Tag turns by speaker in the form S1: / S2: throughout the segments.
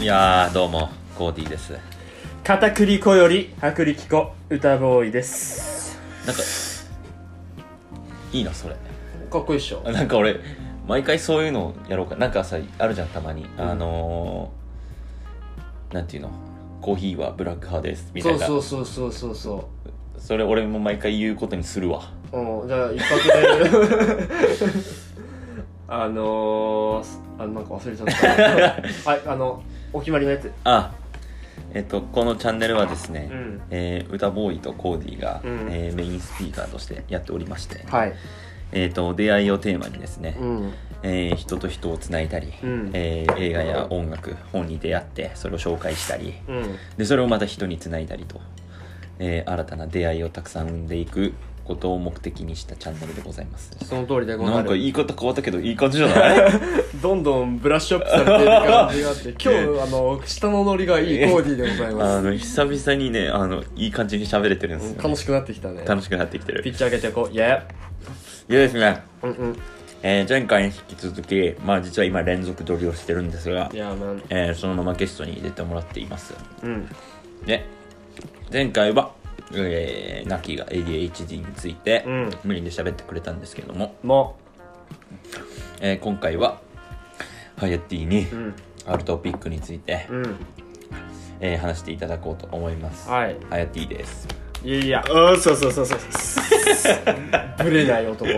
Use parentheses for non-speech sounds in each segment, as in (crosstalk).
S1: いやーどうもコーディーですなん
S2: 片栗粉より薄力粉歌ボーイです
S1: かいいなそれ
S2: かっこいいっしょ
S1: あなんか俺毎回そういうのやろうかなんかさあるじゃんたまに、あのー、なんていうのコーヒーはブラック派ですみたい
S2: そう
S1: な
S2: そうそうそうそうそ
S1: それ俺も毎回言うことにするわ
S2: ううんじゃあ一発目 (laughs) あのー、あなんか忘れちゃった (laughs) はいあのお決まりのやつ
S1: あえっとこのチャンネルはですね、
S2: うん
S1: えー歌ボーイとコーディーが、
S2: うん
S1: えーメインスピーカーとしてやっておりまして、
S2: はい
S1: えー、と出会いをテーマにですね、
S2: うん
S1: えー人と人をつないだり、
S2: うん
S1: えー映画や音楽本に出会ってそれを紹介したり
S2: うん
S1: でそれをまた人につないだりと、えー新たな出会いをたくさん生んでいくことを目的にしたチャンネルでございます
S2: その通りでござる
S1: なんか言い方変わったけどいい感じじゃない
S2: (laughs) どんどんブラッシュアップされてる感 (laughs) じがあって今日あの下のノリがいいコーディーでござい
S1: あ
S2: (laughs) ま
S1: の久々にねあのいい感じに喋れてるんですよ、
S2: す
S1: ね、
S2: 楽しくなってきたね
S1: 楽しくなってきて
S2: ピ
S1: る
S2: ッチ上げていこうイエ
S1: いやですね、
S2: ーうんうん
S1: えー前回に引き続きまあ実は今連続撮りをしてるんですが
S2: い、やーなん
S1: えーそのままゲストに出てもらっています
S2: うん
S1: で前回は、えー、ナキが ADHD について
S2: うん
S1: 無理で喋ってくれたんですけども、
S2: も
S1: えー今回はハヤティに
S2: ううん
S1: あるトピックについて、
S2: うん
S1: えー話していただこうと思いますは
S2: はい
S1: やティです
S2: いやいやうんそうそうそうそうぶれない男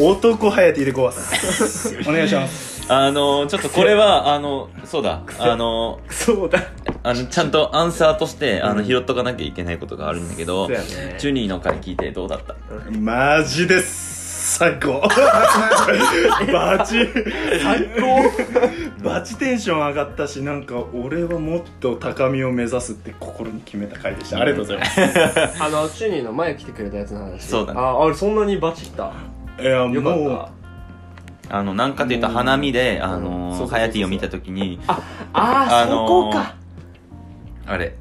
S3: 男ハヤティでごわすお願いします
S1: あのーちょっとこれ
S3: (laughs)
S1: はあのそうだあの
S2: そうだ
S1: あのちゃんとアンサーとしてあの拾っとかなきゃいけないことがあるんだけど、
S2: そうやね
S1: チュニーの回聞いてどうだった
S3: マジです最高バチ
S2: 最高
S3: バチテンション上がったしなんか俺はもっと高みを目指すって心に決めた回でしたありがとうございます
S2: あのチュニーの前来てくれたやつの話
S1: そうだね
S2: ああれそんなにバチった
S3: いや
S2: よか
S3: も
S2: っ
S3: う
S2: た
S1: あのなんかというと花見で、あ
S3: そうそ
S1: の
S3: うそう
S1: ハヤティを見た時に
S2: ああ
S1: あ
S2: ー
S1: のー
S2: そこか
S1: あれ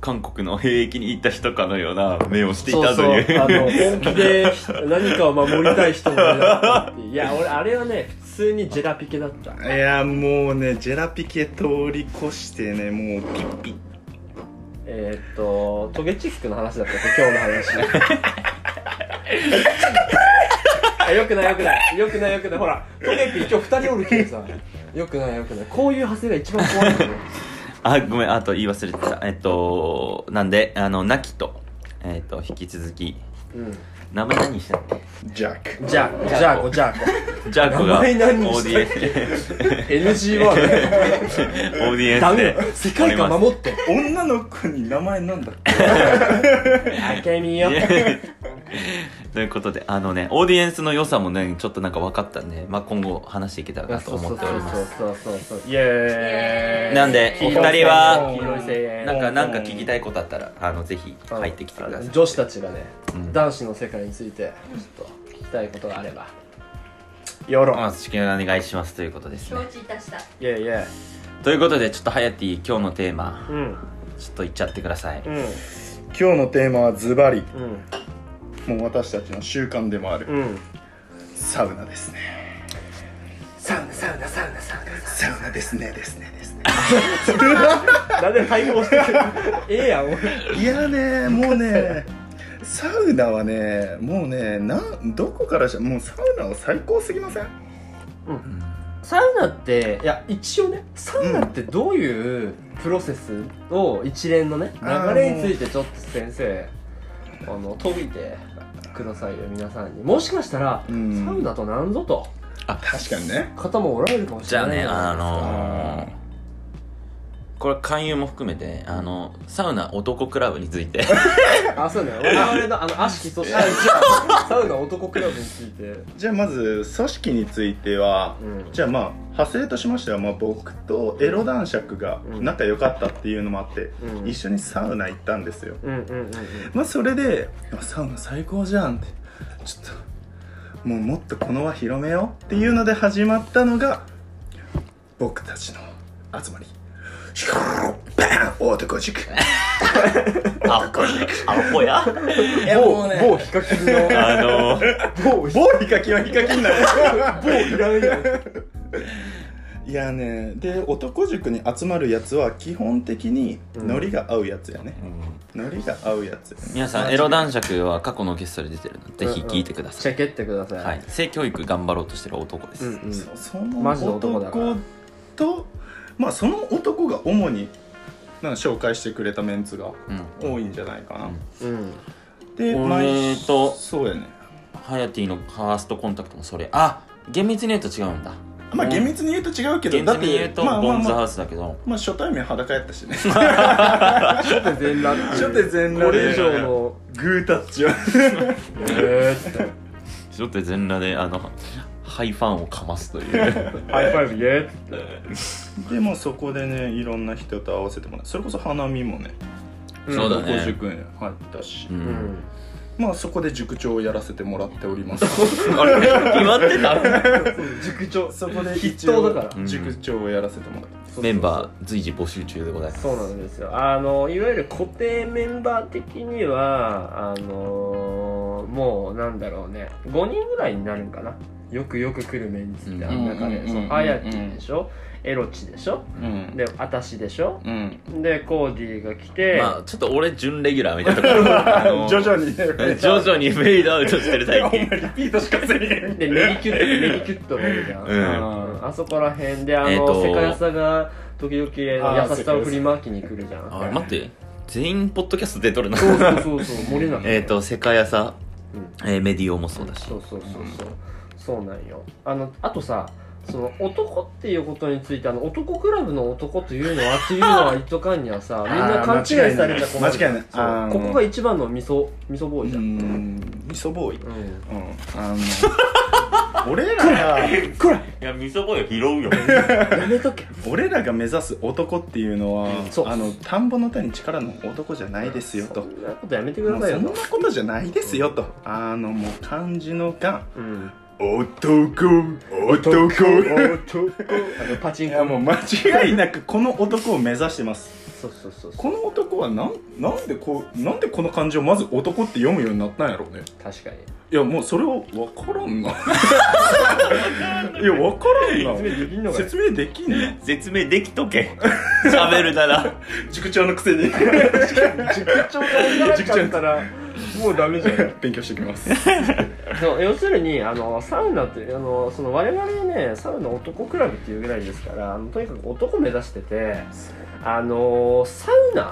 S1: 韓国の兵役に行った人かのような目をしてい
S2: そう
S1: た
S2: そ
S1: と
S2: う
S1: いう
S2: あの本気で何かを守りたい人もいなっていういや俺あれはね普通にジェラピケだった
S3: いやもうねジェラピケ通り越してねもうピッピ
S2: えー、っとトゲチックの話だった今日の話 (laughs) あよくないよくないよくないよくないほらトゲピー今日2人おるけどさよくないよくないこういう派生が一番怖いんだよ
S1: (laughs) あごめんあと言い忘れてたえっとなんであのナキとえっと引き続き
S2: う
S1: 名前何したっ
S3: ジャック
S2: んじゃあじゃあこじゃあこ
S1: けジャーコがオ
S2: 名前
S1: ー
S2: 何にした
S1: ディエ
S2: っ
S1: ン
S2: (laughs)
S1: スで
S2: NG ワ
S1: オ
S2: ー
S1: ーディエ
S2: (laughs) ドダ
S1: ンス
S2: メ
S1: で
S2: よ世界観守って
S3: 女の子に名前なんだっけ
S2: あけみよ
S1: いや (laughs) ということであのねオーディエンスの良さもねちょっとなんか分かったんで、まあ、今後話していけたらなと
S2: そう
S1: 思
S2: そう
S1: っております
S2: そうそうそうそうイエーイ
S1: なんでお二人
S2: 黄
S1: は
S2: 色い声援
S1: なんかなんか聞きたいことあったらあのぜひ入ってきてください
S2: 女子たちがね、
S1: うん
S2: 男子の世界についてちょっと聞きたいことがあればよろ
S1: まあ、試験お願いしますということですね
S4: 承知いたした
S2: いやいや
S1: ということでちょっとハヤティ今日のテーマ
S2: うんうん
S1: ちょっと言っちゃってください
S3: 今日のテーマはズバリ
S2: うん
S3: もう私たちの習慣でもある、
S2: うん
S3: サウナですね
S2: サウナサウナサウナサウナサ
S3: サウナですねですねですね
S2: ウナなんで対抗してるええやん俺
S3: いやねもうねサウナはねもうねなんどこからしもうサウナは最高すぎません
S2: (laughs) サウナっていや一応ねサウナってどういうプロセスを一連のね
S3: あー
S2: 流れについてちょっと先生あの解いてくださいよ皆さんにもしかしたら、
S3: うん
S2: サウナとなんぞと
S3: 確かにね
S2: 方もおられるかもし
S1: じ
S2: れ
S1: ゃあ
S2: ない
S1: ね
S2: じゃ
S1: あ
S2: ないですか
S1: のーこれ勧誘も含めてあのサウナ男クラブについて
S2: あ、そうね。我々のあの悪しき組織、あじゃあサウナ男クラブについて。
S3: じゃあまず組織については、
S2: うん
S3: じゃあまあ派生としましては、まあ、僕とエロ男爵が
S2: うん
S3: 仲良かったっていうのもあって、
S2: うん
S3: 一緒にサウナ行ったんですよ、
S2: うんうんうん
S3: まあそれで「サウナ最高じゃん」ってちょっともうもっとこの輪広めようっていうので始まったのが僕たちの集まりシューバン男塾
S1: (laughs) あアホや
S3: い
S2: うん。某、某ヒカキンの。
S1: あのー
S2: 某、
S3: ボーヒカキはヒカキになる
S2: 某いらんやん。
S1: (laughs)
S3: いやねで男塾に集まるやつは基本的に
S2: うん
S3: ノリが合うやつやね、
S1: うん
S3: ノリが合うやつやね
S1: 皆さんエロ男爵は過去のゲストで出てるのでぜひ聞いてくだ
S2: チ
S1: さい、
S2: ェケってください、
S1: はい、性教育頑張ろうとしてる男です、
S2: うんうん、
S3: そその
S2: マジの男だから
S3: 男とまあその男が主になんか紹介してくれたメンツが
S1: うん
S3: 多いんじゃないかな、
S2: うん、
S3: で
S1: 俺
S3: 毎
S1: と
S3: そうやね
S1: ハヤティのファーストコンタクトもそれあ厳密に言うと違うんだ
S3: まあ厳密に言うと違うけど、
S1: 厳密
S3: だっ
S1: に言う
S3: て
S1: と
S3: まあま
S1: ボ
S3: あ
S1: ンズ
S3: まあ
S1: ハウスだけど、
S3: まあ初対面裸やったしね
S2: 初手全裸っていう
S3: 初手全裸
S2: こ
S3: で
S2: れ以上の
S3: グータッチは
S2: えーって
S1: ちょっと全裸であのハイファンをかますという、
S2: ハイファイブイエーって
S3: (laughs) でもそこでねいろんな人と合わせてもらうそれこそ花見もね
S1: そうだね
S3: 高塾に入ったし、
S1: う、
S2: うんん
S3: まあそこで塾長をやらせてもらっておりま
S1: (laughs)
S3: す
S1: あれ決まってた
S2: 塾長
S3: そこで
S2: 筆頭だから
S1: うん
S3: 塾長をやらせてもらって、
S1: メンバー随時募集中でございます
S2: そうなんですよあのいわゆる固定メンバー的にはあのもうなんだろうね5人ぐらいになるんかなよくよく来るメンツってあの中
S3: うんうんう
S2: で
S3: んうん
S2: そうハヤティでしょエロチでしょ
S3: うん
S2: であたしでしょ
S3: うん
S2: でコーディが来て、
S1: まあちょっと俺準レギュラーみたいなとこ (laughs) ろあの
S3: 徐々にね
S1: 徐々にフェードアウトしてる
S3: (laughs)
S1: 最近
S3: リピートしかせね
S2: で練りキュッと練りキュッともいるじゃん、
S1: うん
S2: うんあそこら辺であの、
S1: えーと
S2: 世界さが時々あの優しさを振りまきに来るじゃん
S1: あ待って全員ポッドキャスト出とるな
S2: そうそうそうそう漏れなく
S1: えっと世界朝、
S2: う
S1: えーメディオもそうだし
S2: そうそうそうそう、そうなんよあのあとさその男っていうことについてあの男クラブの男というのはっていうのは一かんには
S3: (laughs)
S2: さみんな勘違いされちゃ困る
S3: 間違いない
S2: そう
S3: あの
S2: ここが一番の味噌味噌ボーイじ
S3: う
S2: ゃん、
S3: ん味噌ボーイ
S2: うん
S3: うんあの (laughs) 俺らが
S2: こら
S1: いやみそぼよ拾うよ
S2: やめとけ
S3: 俺らが目指す男っていうのは
S2: そう
S3: あの田んぼの手に力の男じゃないですよ
S2: そ
S3: ともうん
S2: なことやめてく
S3: そ
S2: だ
S3: ん
S2: さい
S3: な
S2: よと
S3: ことじゃないですよとあのもう漢字のが
S2: うん
S3: 男 (laughs) 男
S2: あのパチ
S3: い
S2: ン
S3: や
S2: コ
S3: もう間違いなく (laughs) この男を目指してます
S2: そうそうそうそう
S3: この男はなんなんでこうなんでこの漢字をまず男って読むようになったんやろうね
S2: 確かに
S3: いやもうそれは分から (laughs) んないや分からんな
S2: 説明できんのかよ
S3: 説明できんな
S1: (laughs) 説明できとけ喋るなら
S3: 塾長のくせに
S2: 塾長がいなかったらもうダメじゃん
S3: 勉強してきます
S2: そう要するにあのサウナってあのその我々ねサウナ男クラブっていうぐらいですからあのとにかく男目指しててあのサウナ、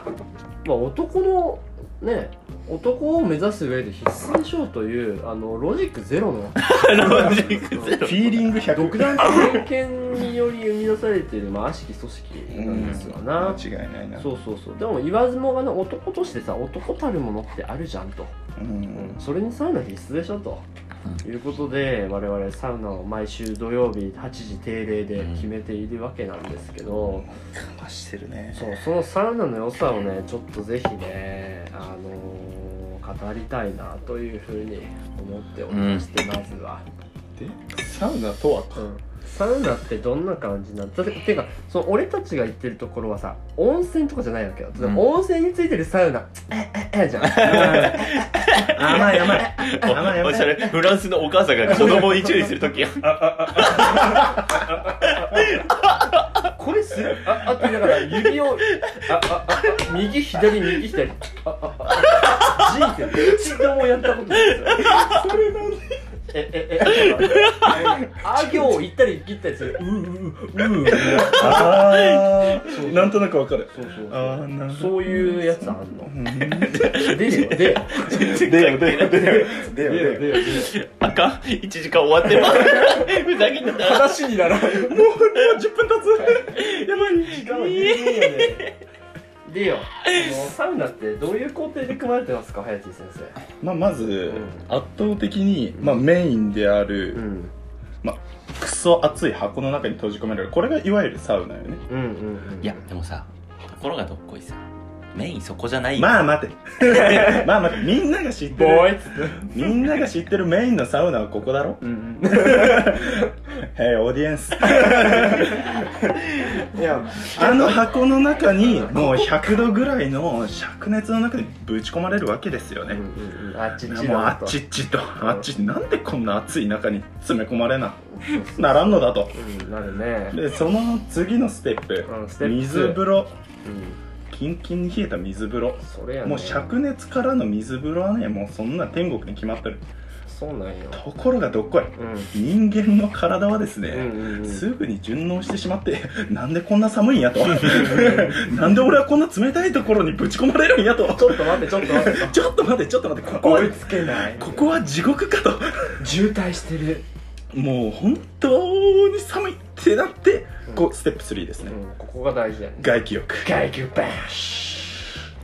S2: まあ、男のね男を目指す上で必須でしょうというあのロジックゼロ (laughs) の
S1: ロジックゼ
S3: フィーリング100
S2: 独断と偏見により生み出されている、まあ、悪しき組織なんですよな、
S3: 間違いないな
S2: そうそうそうでも言わずもがな男としてさ男たるものってあるじゃんと、
S3: うん
S2: それにサウナ必須でしょと、いうことで我々サウナを毎週土曜日8時定例で決めているわけなんですけど、
S3: かましてるね
S2: そうそのサウナの良さをねちょっとぜひねあのー語りたいなというふうに思っておりまして、まずは、
S3: でサウナとはか
S2: うん、サウナってどんな感じなんだってていうかその俺たちが行ってるところはさ温泉とかじゃないわけよ、
S1: うん
S2: 温泉についてるサウナええええじゃん
S3: 甘い甘い甘い
S1: お
S3: 甘
S1: お
S3: い
S1: しゃれフランスのお母さんが子供に注意するとき
S2: これすああってだから指をあああ右左右左あああ人生一度もやったことないですよ
S3: それなん
S2: えええあ行を行ったり行ったりするううううう
S3: あ
S2: そうそう
S3: ーなんとなくわかる
S2: そうそう
S3: あ
S2: そ
S3: ーなる
S2: うそういうやつあんの
S3: うん
S2: 出るよ出るよ
S3: でよでよでよで
S2: 出る
S3: よ
S2: よ
S3: で
S2: 出
S3: よ
S2: るよ出るよ
S1: あかん1時間終わってますふざけてた
S2: 話にならない
S3: もうもう10分経
S2: やばい時間は言えねえよねでよあのサウナってどういう工程で組まれてますか林先生
S3: つまあまず
S2: うん
S3: 圧倒的にまあメインである
S2: ん
S3: クソ熱い箱の中に閉じ込められるこれがいわゆるサウナよね
S2: うんうんうん
S1: いやでもさところがどっこいさメインそこじゃないよ
S3: まあ
S2: (laughs)
S3: 待てまあ待てみんなが知ってる
S2: イっつって
S3: みんなが知ってるメインのサウナはここだろ
S2: うん
S3: えー、オーディエンスいやあの箱の中にもう100度ぐらいの灼熱の中にぶち込まれるわけですよ
S2: うん
S3: ね、
S2: うんうんあっちっち
S3: もう
S2: だ
S3: あ
S2: と
S3: っちっちとあっちなんでこんな暑い中に詰め込まれなならんのだと
S2: うんなるね
S3: でその次のステップ
S2: うんステップ
S3: 水風呂
S2: うん
S3: キンキンに冷えた水風呂
S2: それやね
S3: もう灼熱からの水風呂はねもうそんな天国に決まってる
S2: そうなんよ
S3: ところがどっこい
S2: うん
S3: 人間の体はですね、
S2: うんうんうん
S3: すぐに順応してしまって (laughs) なんでこんな寒いんやと (laughs) なんで俺はこんな冷たいところにぶち込まれるんやと
S2: ちょっと待ってちょっと待って
S3: ちょっと待ってちょっと待ってここは
S2: 追いつけない
S3: ここは地獄かと
S2: 渋滞してる
S3: もう本当に寒いってなって、
S2: うん
S3: こうステップ3です
S2: う
S3: ね、
S2: んここが大事やね
S3: 外気浴
S2: 外気バン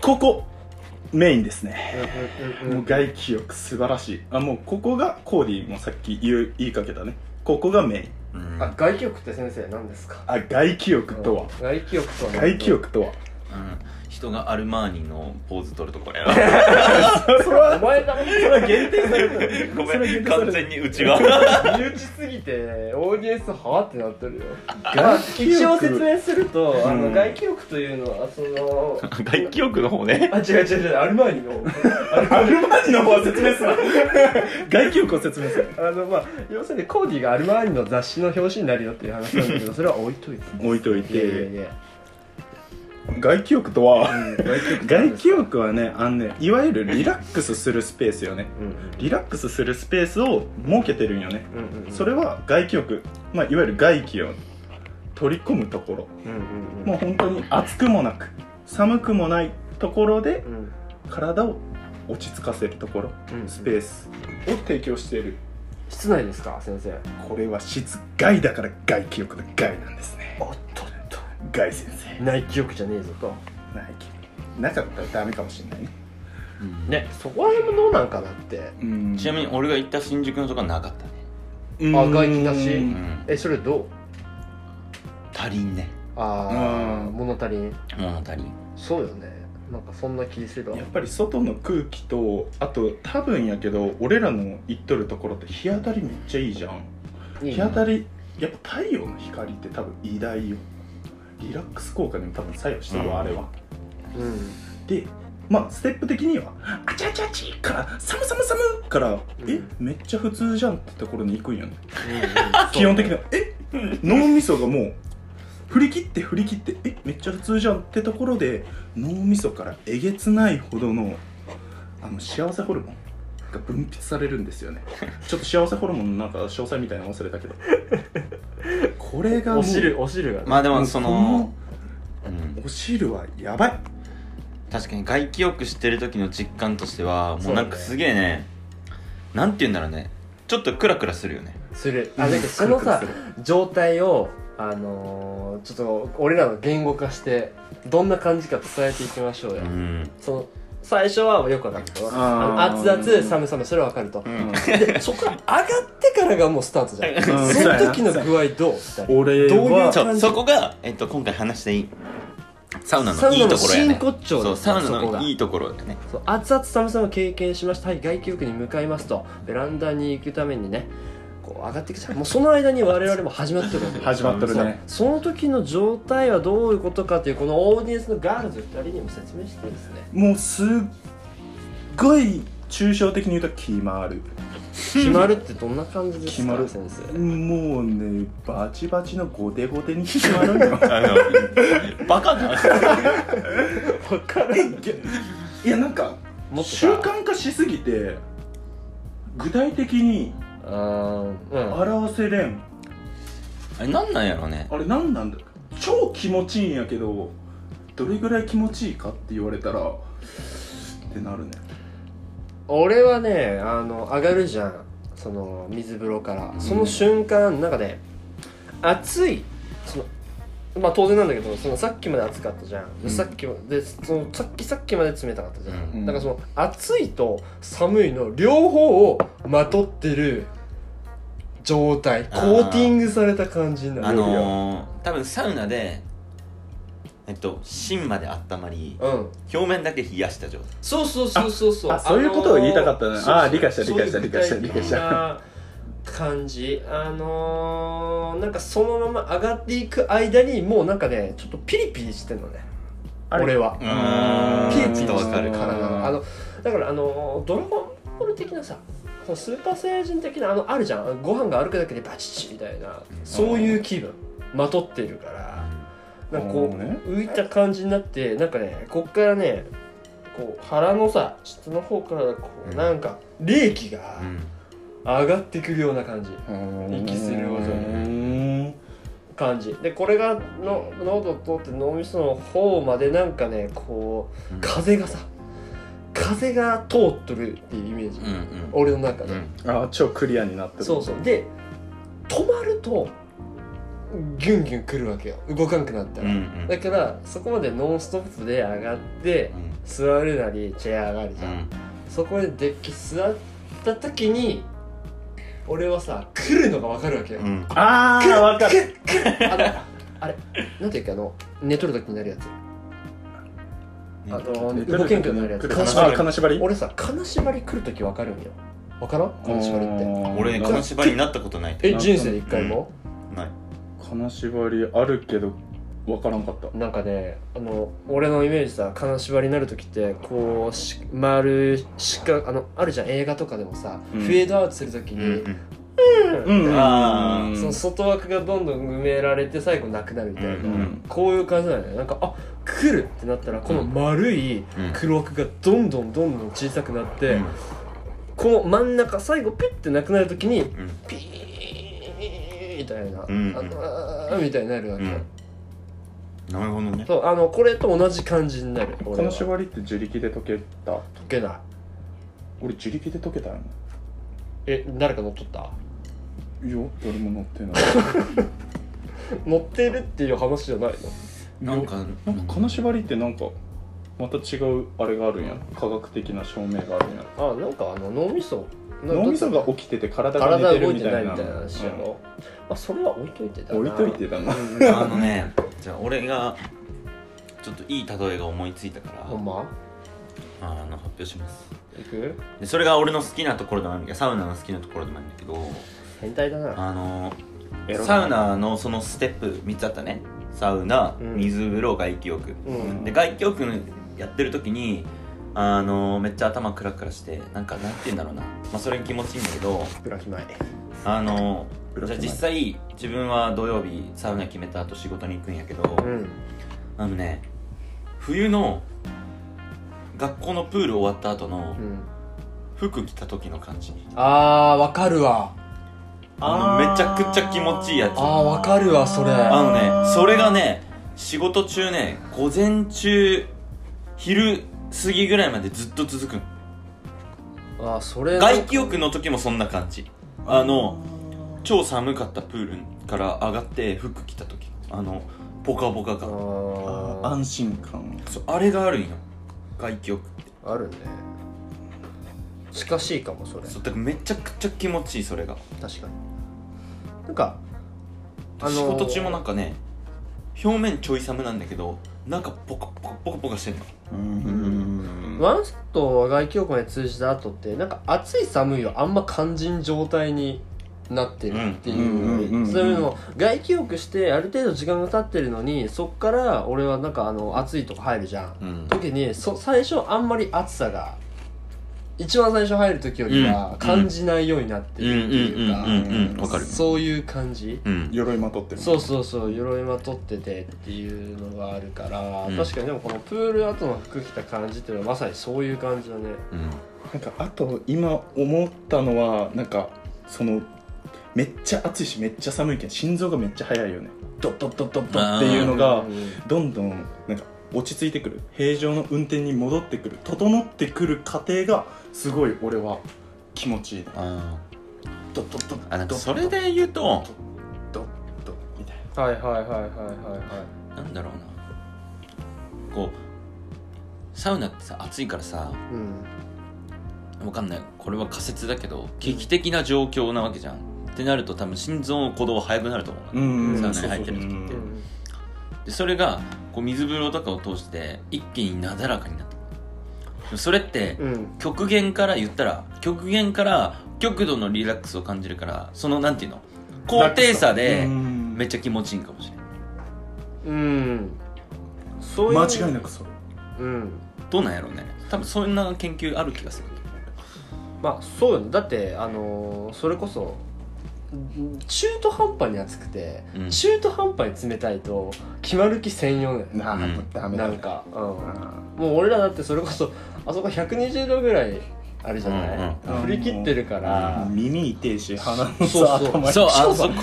S3: ここメインですね
S2: うんうんう
S3: も
S2: ん
S3: う外気浴素晴らしいあもうここがコーディもさっき言う言いかけたねここがメイン
S1: うん
S2: あ外気浴って先生何ですか
S3: あ外気浴とは
S2: 外気浴とは何
S3: 外気浴とは
S1: うん人がアルマーニのポーズ取るところや
S2: それはお前だそれは限定されてる
S1: (laughs) ご
S3: それ
S1: め
S3: 限
S1: ん
S3: 定される
S1: 完全にうちは
S2: 身内すぎてオーディエンスはあってなってるよ
S3: 外気
S2: 一応
S3: 浴
S2: 説明するとあ
S3: う
S2: の
S3: ん
S2: 外気浴というのはその
S1: 外気浴の方ね
S2: あ違う違う違うアルマーニの
S3: アルマーニの方は説明すな (laughs) 外気浴を説明する
S2: あのまあ要するにコーディがアルマーニの雑誌の表紙になるよっていう話なんだけどそれは置いといて
S3: 置いといて
S2: いやいやいや
S3: 外気浴とは
S2: 外気浴
S3: 外気浴はねあのねいわゆるリラックスするスペースよね
S2: うん
S3: リラックスするスペースを設けてるんよね
S2: うんうんうん
S3: それは外気浴、まあ、いわゆる外気を取り込むところ
S2: うんうんうん
S3: もう本当に暑くもなく寒くもないところで
S2: うん
S3: 体を落ち着かせるところ
S2: うん
S3: スペースを提供している
S2: 室内ですか先生
S3: これは室外だから外気浴の外なんですね
S2: おっとっと
S3: 外先生
S2: 内気浴じゃねえぞと
S3: 内気なかったらダメかもしれないね
S2: ねそこら辺もどうなんかなって
S3: うん
S1: ちなみに俺が行った新宿のとこはなかったね
S3: に
S2: あ外気だし
S1: う
S2: うんえそれどう
S1: 足りんね
S2: ああ
S3: うん
S2: 物足りん
S1: 物足りん
S2: そうよねなんかそんな気するわ
S3: やっぱり外の空気とあと多分やけど俺らの行っとるところって日当たりめっちゃいいじゃん
S2: いい
S3: 日
S2: な
S3: 当たりやっぱ太陽の光って多分偉大よリラックス効果にも多分作用してる
S1: う
S3: わ、
S1: ん
S3: あれは
S2: うん
S3: でまあステップ的には「あちゃちゃち」から「寒寒寒」から「えめっちゃ普通じゃん」ってところに行くんよね基本的な「え脳みそがもう振り切って振り切ってえめっちゃ普通じゃん」ってところで脳みそからえげつないほどのあの幸せホルモンが分泌されるんで
S1: (laughs)
S3: すよねちょっと幸せホルモンのなんか詳細みたいなの忘れたけどこれがもう
S2: お汁お汁がね
S1: まあで
S3: も
S1: も
S3: う
S1: そ
S3: こ
S1: のうん
S3: のお汁はやばい
S1: 確かに外気浴してる時の実感としてはもうなんか
S2: そ
S1: すげえねなんて言うんだろうねちょっとクラクラするよね
S2: するあなんかそのさ状態をあのーちょっと俺らの言語化してどんな感じか伝えていきましょう
S1: う
S2: よ
S1: ん
S2: その最初はよくわかった
S3: あ
S2: あ
S3: ー
S2: の熱々寒々それはわかると
S1: うん
S2: でそこから上がってからがもうスタートじゃん
S3: うん
S2: その時の具合どう
S3: 俺
S2: どういう
S3: は
S1: そ
S2: 感
S1: う
S2: じ
S1: そこが、えっと、今回話していいサウナ
S2: サ
S1: の
S2: ウ
S1: いい
S2: ナの
S1: ところや
S2: 真
S1: ね
S2: 骨頂
S1: そうサウナ
S2: そこ
S1: の
S2: が
S1: いいところだね
S2: そう熱々寒さを経験しましたはい外気浴に向かいますとベランダに行くためにねこう上がってきちゃうもうその間に我々も始まってるわけ
S3: 始まっとる
S2: そう
S3: ね
S2: その時の状態はどういうことかというこのオーディエンスのガールズ2人にも説明してですね
S3: もうすっごい抽象的に言うと決まる
S2: 決まるってどんな感じです
S3: 決ま
S2: か
S3: る
S2: 先生
S3: もうねバチバチのゴテゴテに決まるよ
S1: あの (laughs) バカな
S2: 分から
S3: えいや (laughs) いやなんか
S2: もっとさ
S3: 習慣化しすぎて具体的に
S2: うーんうん
S3: 表せれん
S1: あれなんなんやろね
S3: あれ何なんだ超気持ちいいんやけどどれぐらい気持ちいいかって言われたらってなるね
S2: 俺はねあの上がるじゃんその水風呂から、その瞬間なんかね暑いそのまあ当然なんだけどそのさっきまで暑かったじゃん、で
S1: うん
S2: さっきまでそのさっきさっきまで冷たかったじゃん、
S1: うん
S2: だからその暑いと寒いの両方をまとってる状態コ
S1: あー
S2: ーティングされた感じにな
S1: あ
S2: るよ、
S1: のー、多分サウナでえっと芯まで温まり
S2: うん
S1: 表面だけ冷やした状態
S2: そうそうそうそうそう
S3: あそういうことを言いたかったね
S2: のー
S3: あー理解した
S2: そうそう
S3: 理解した理解した理解した
S2: そういう具体的な感じあのーのなんかそのまま上がっていく間にもうなんかねちょっとピリピリしてんのね
S3: あれ
S2: 俺は
S1: うん
S2: ピリピリ
S1: ち
S2: し
S1: ょっ
S2: て
S1: とわか
S2: る
S1: る
S2: 体があのだからあのドラゴンボール的なさそのスーパーサイヤ人的なあのあるじゃんご飯が歩くだけでバチッチみたいなそういう気分まとってるからなんかこう
S3: なるほ
S2: 浮いた感じになってなんかねこっからねこう腹のさ下の方からこ
S1: う
S2: うんなんか冷気が
S1: うん
S2: 上がってくるような感じ息するごと
S3: に
S2: 感じでこれがの喉を通って脳みその方までなんかねこう
S1: うん
S2: 風がさ風が通っとるっていうイメージ、
S1: うんうん
S2: 俺の中で、
S3: ああ超クリアになってる
S2: そうそうで止まるとギュンギュン来るわけよ動かんくなった
S1: うんう
S2: ら、
S1: ん
S2: だからそこまでノンストップで上がって
S1: うん
S2: 座るなりチェア上がるじ
S1: う
S2: ゃん、
S1: ん
S2: そこでデッキ座った時に俺はさ来るのが分かるわけよ、
S1: うん
S3: ああわかる
S2: るあのあれなんていうかあの寝とる時になるやつあの動けんくなるやつ金
S3: あ金縛り
S2: 俺さ金縛り来る時分かるんよ分からん金縛りって
S1: 俺ね金縛りになったことない
S2: え人生で一回も、
S1: ない
S3: 金縛りあるけどわからんかった
S2: なんかねあの俺のイメージさ金縛りになる時ってこうし丸四角あのあるじゃん映画とかでもさ、
S3: うん
S2: フェードアウトする時
S1: う
S2: に、
S1: ん
S3: うん
S1: あー
S3: うん
S2: その外枠がどんどん埋められて最後なくなるみたいな、
S1: うん
S2: こういう感じなんだよねなんかあ来るってなったらこの丸い
S1: うん
S2: 黒枠がどんどんどんどん小さくなって、
S1: うん
S2: この真ん中最後ピュッてなくなる時に
S1: うん
S2: ピーみたいな、
S1: うんうん
S2: あのあーみたいになるわ
S1: う
S2: け、
S1: んなるほどね
S2: そうあのこれと同じ感じになる俺
S3: 金
S2: は解
S3: 縛りって自力で解けた
S2: けない
S3: 俺自力で解けたよ
S2: え誰か乗っとった
S3: いや誰も乗ってない (laughs)
S2: 乗ってるっていう話じゃないの
S1: なんか
S3: なんか金縛りってなんかまた違うあれがあるんや科学的な証明があるんや
S2: あなんかあの脳みそなんか
S3: 脳みそが起きてて体が
S2: 体
S3: 寝て
S2: 動
S3: る
S2: い
S3: み
S2: て
S3: た
S2: ない
S3: い
S2: み
S3: な
S2: たいな話やろ、まあそれは置いといてだ
S3: うん
S2: な
S3: 置いといてだな
S1: あのねじゃあ俺がちょっといい例えが思いついたから
S2: (laughs) ほんま
S1: あの発表します
S2: いく
S1: でそれが俺の好きなところでもあるんだけどサウナの好きなところでもあるんだけど
S2: 変態だな
S1: あの
S3: エロな
S1: サウナのそのステップ3つあったねサウナ
S2: うん
S1: 水風呂外気浴、
S2: うん
S1: で外気浴やってる時にあのめっちゃ頭クラクラしてなんかなんて言うんだろうな、まあ、それ気持ちいいんだけど
S2: ふくらひまい
S1: あの
S3: クラ
S1: じ
S3: ク
S1: ゃあ
S3: ラ
S1: 実際自分は土曜日サウナ決めた後仕事に行くんやけど、
S2: うん
S1: あのね冬の学校のプール終わった後の
S2: うん
S1: 服着た時の感じ
S2: あーわかるわ
S1: あのめちゃくちゃ気持ちいいやつ
S2: あーわかるわそれ
S1: あのねそれがね仕事中ね午前中昼過ぎぐらいまでずっと続くん
S2: あーそれ
S1: 外気浴の時もそんな感じあの超寒かったプールから上がって服着た時あのポカポカ
S2: あ
S1: 感
S3: あ
S2: ー
S3: ー安心感
S1: そうあれがあるんよ外気浴
S2: あるね近しいかもそれ
S1: そうだからめちゃくちゃ気持ちいいそれが、
S2: 確かになんかあのー
S1: 仕事中もなんかね表面ちょい寒なんだけどなんかポカポカポカポカしてんの
S3: うん
S2: ワンセットは外気浴まで通じた後ってなんか暑い寒いをあんま感じん状態になってるっていう
S3: うんうんうんうん
S2: そういうのを外気浴してある程度時間が経ってるのにそっから俺はなんかあの暑いとこ入るじゃん
S1: うん
S2: 時にそ最初あんまり暑さが一番最初入る時より
S1: う
S2: は
S1: ん
S2: 感じないようになって
S1: うんう
S2: るっていうんか
S1: うんうんわかる
S2: そういう感じ
S1: うん
S3: 鎧まとってる
S2: そうそうそう鎧まとっててっていうのがあるから、
S1: うん
S2: 確かにでもこのプール後の服着た感じっていうのはまさにそういう感じだね
S1: うん
S3: なんかあと今思ったのはなんかそのめっちゃ暑いしめっちゃ寒いけど心臓がめっちゃ速いよねドッドッドッドッドッっていうのが
S2: うん
S3: どんどんなんか落ち着いてくる平常の運転に戻ってくる整ってくる過程がすごい俺は気持ちいいな
S1: あ
S3: ドッドッド
S1: あなん
S3: ッ
S1: か
S3: ド
S1: それで言うと
S3: ドッドッみたいな
S2: はいはいはいはいはい
S1: なんだろうなこうサウナってさ暑いからさ
S2: はいうん
S1: わかんないこれは仮説だけど危機的な状況なわけじゃんってなると多分心臓の鼓動速くなると思うの、
S3: うん
S1: サウナに入ってる時
S3: うん
S1: ってでそれがこう水風呂とかを通して一気になだらかになってくるそれって
S2: うんうん
S1: 極限から言ったら極限から極度のリラックスを感じるからそのなんていうの高低差で
S3: うん
S1: めっちゃ気持ちいいんかもしれない
S2: うんそういう
S3: 間違いなくそう
S2: うん
S1: どうなんやろうね多分そんな研究ある気がする
S2: まあそうよねだってあのーそれこそん中途半端に熱くて、
S1: うん
S2: 中途半端に冷たいと決まる気専用だよね
S3: なあ、
S1: うん
S3: もうダメだ
S2: なんか、うん、
S3: あ
S2: もう俺らだってそれこそあそこ120度ぐらいあれじゃない、
S1: うん
S3: うん
S2: 振り切ってるから、
S3: ー耳痛いし鼻の
S2: そう
S3: さ
S2: そう
S3: 頭
S1: そうあ
S2: そう
S1: そ
S2: そ
S1: こ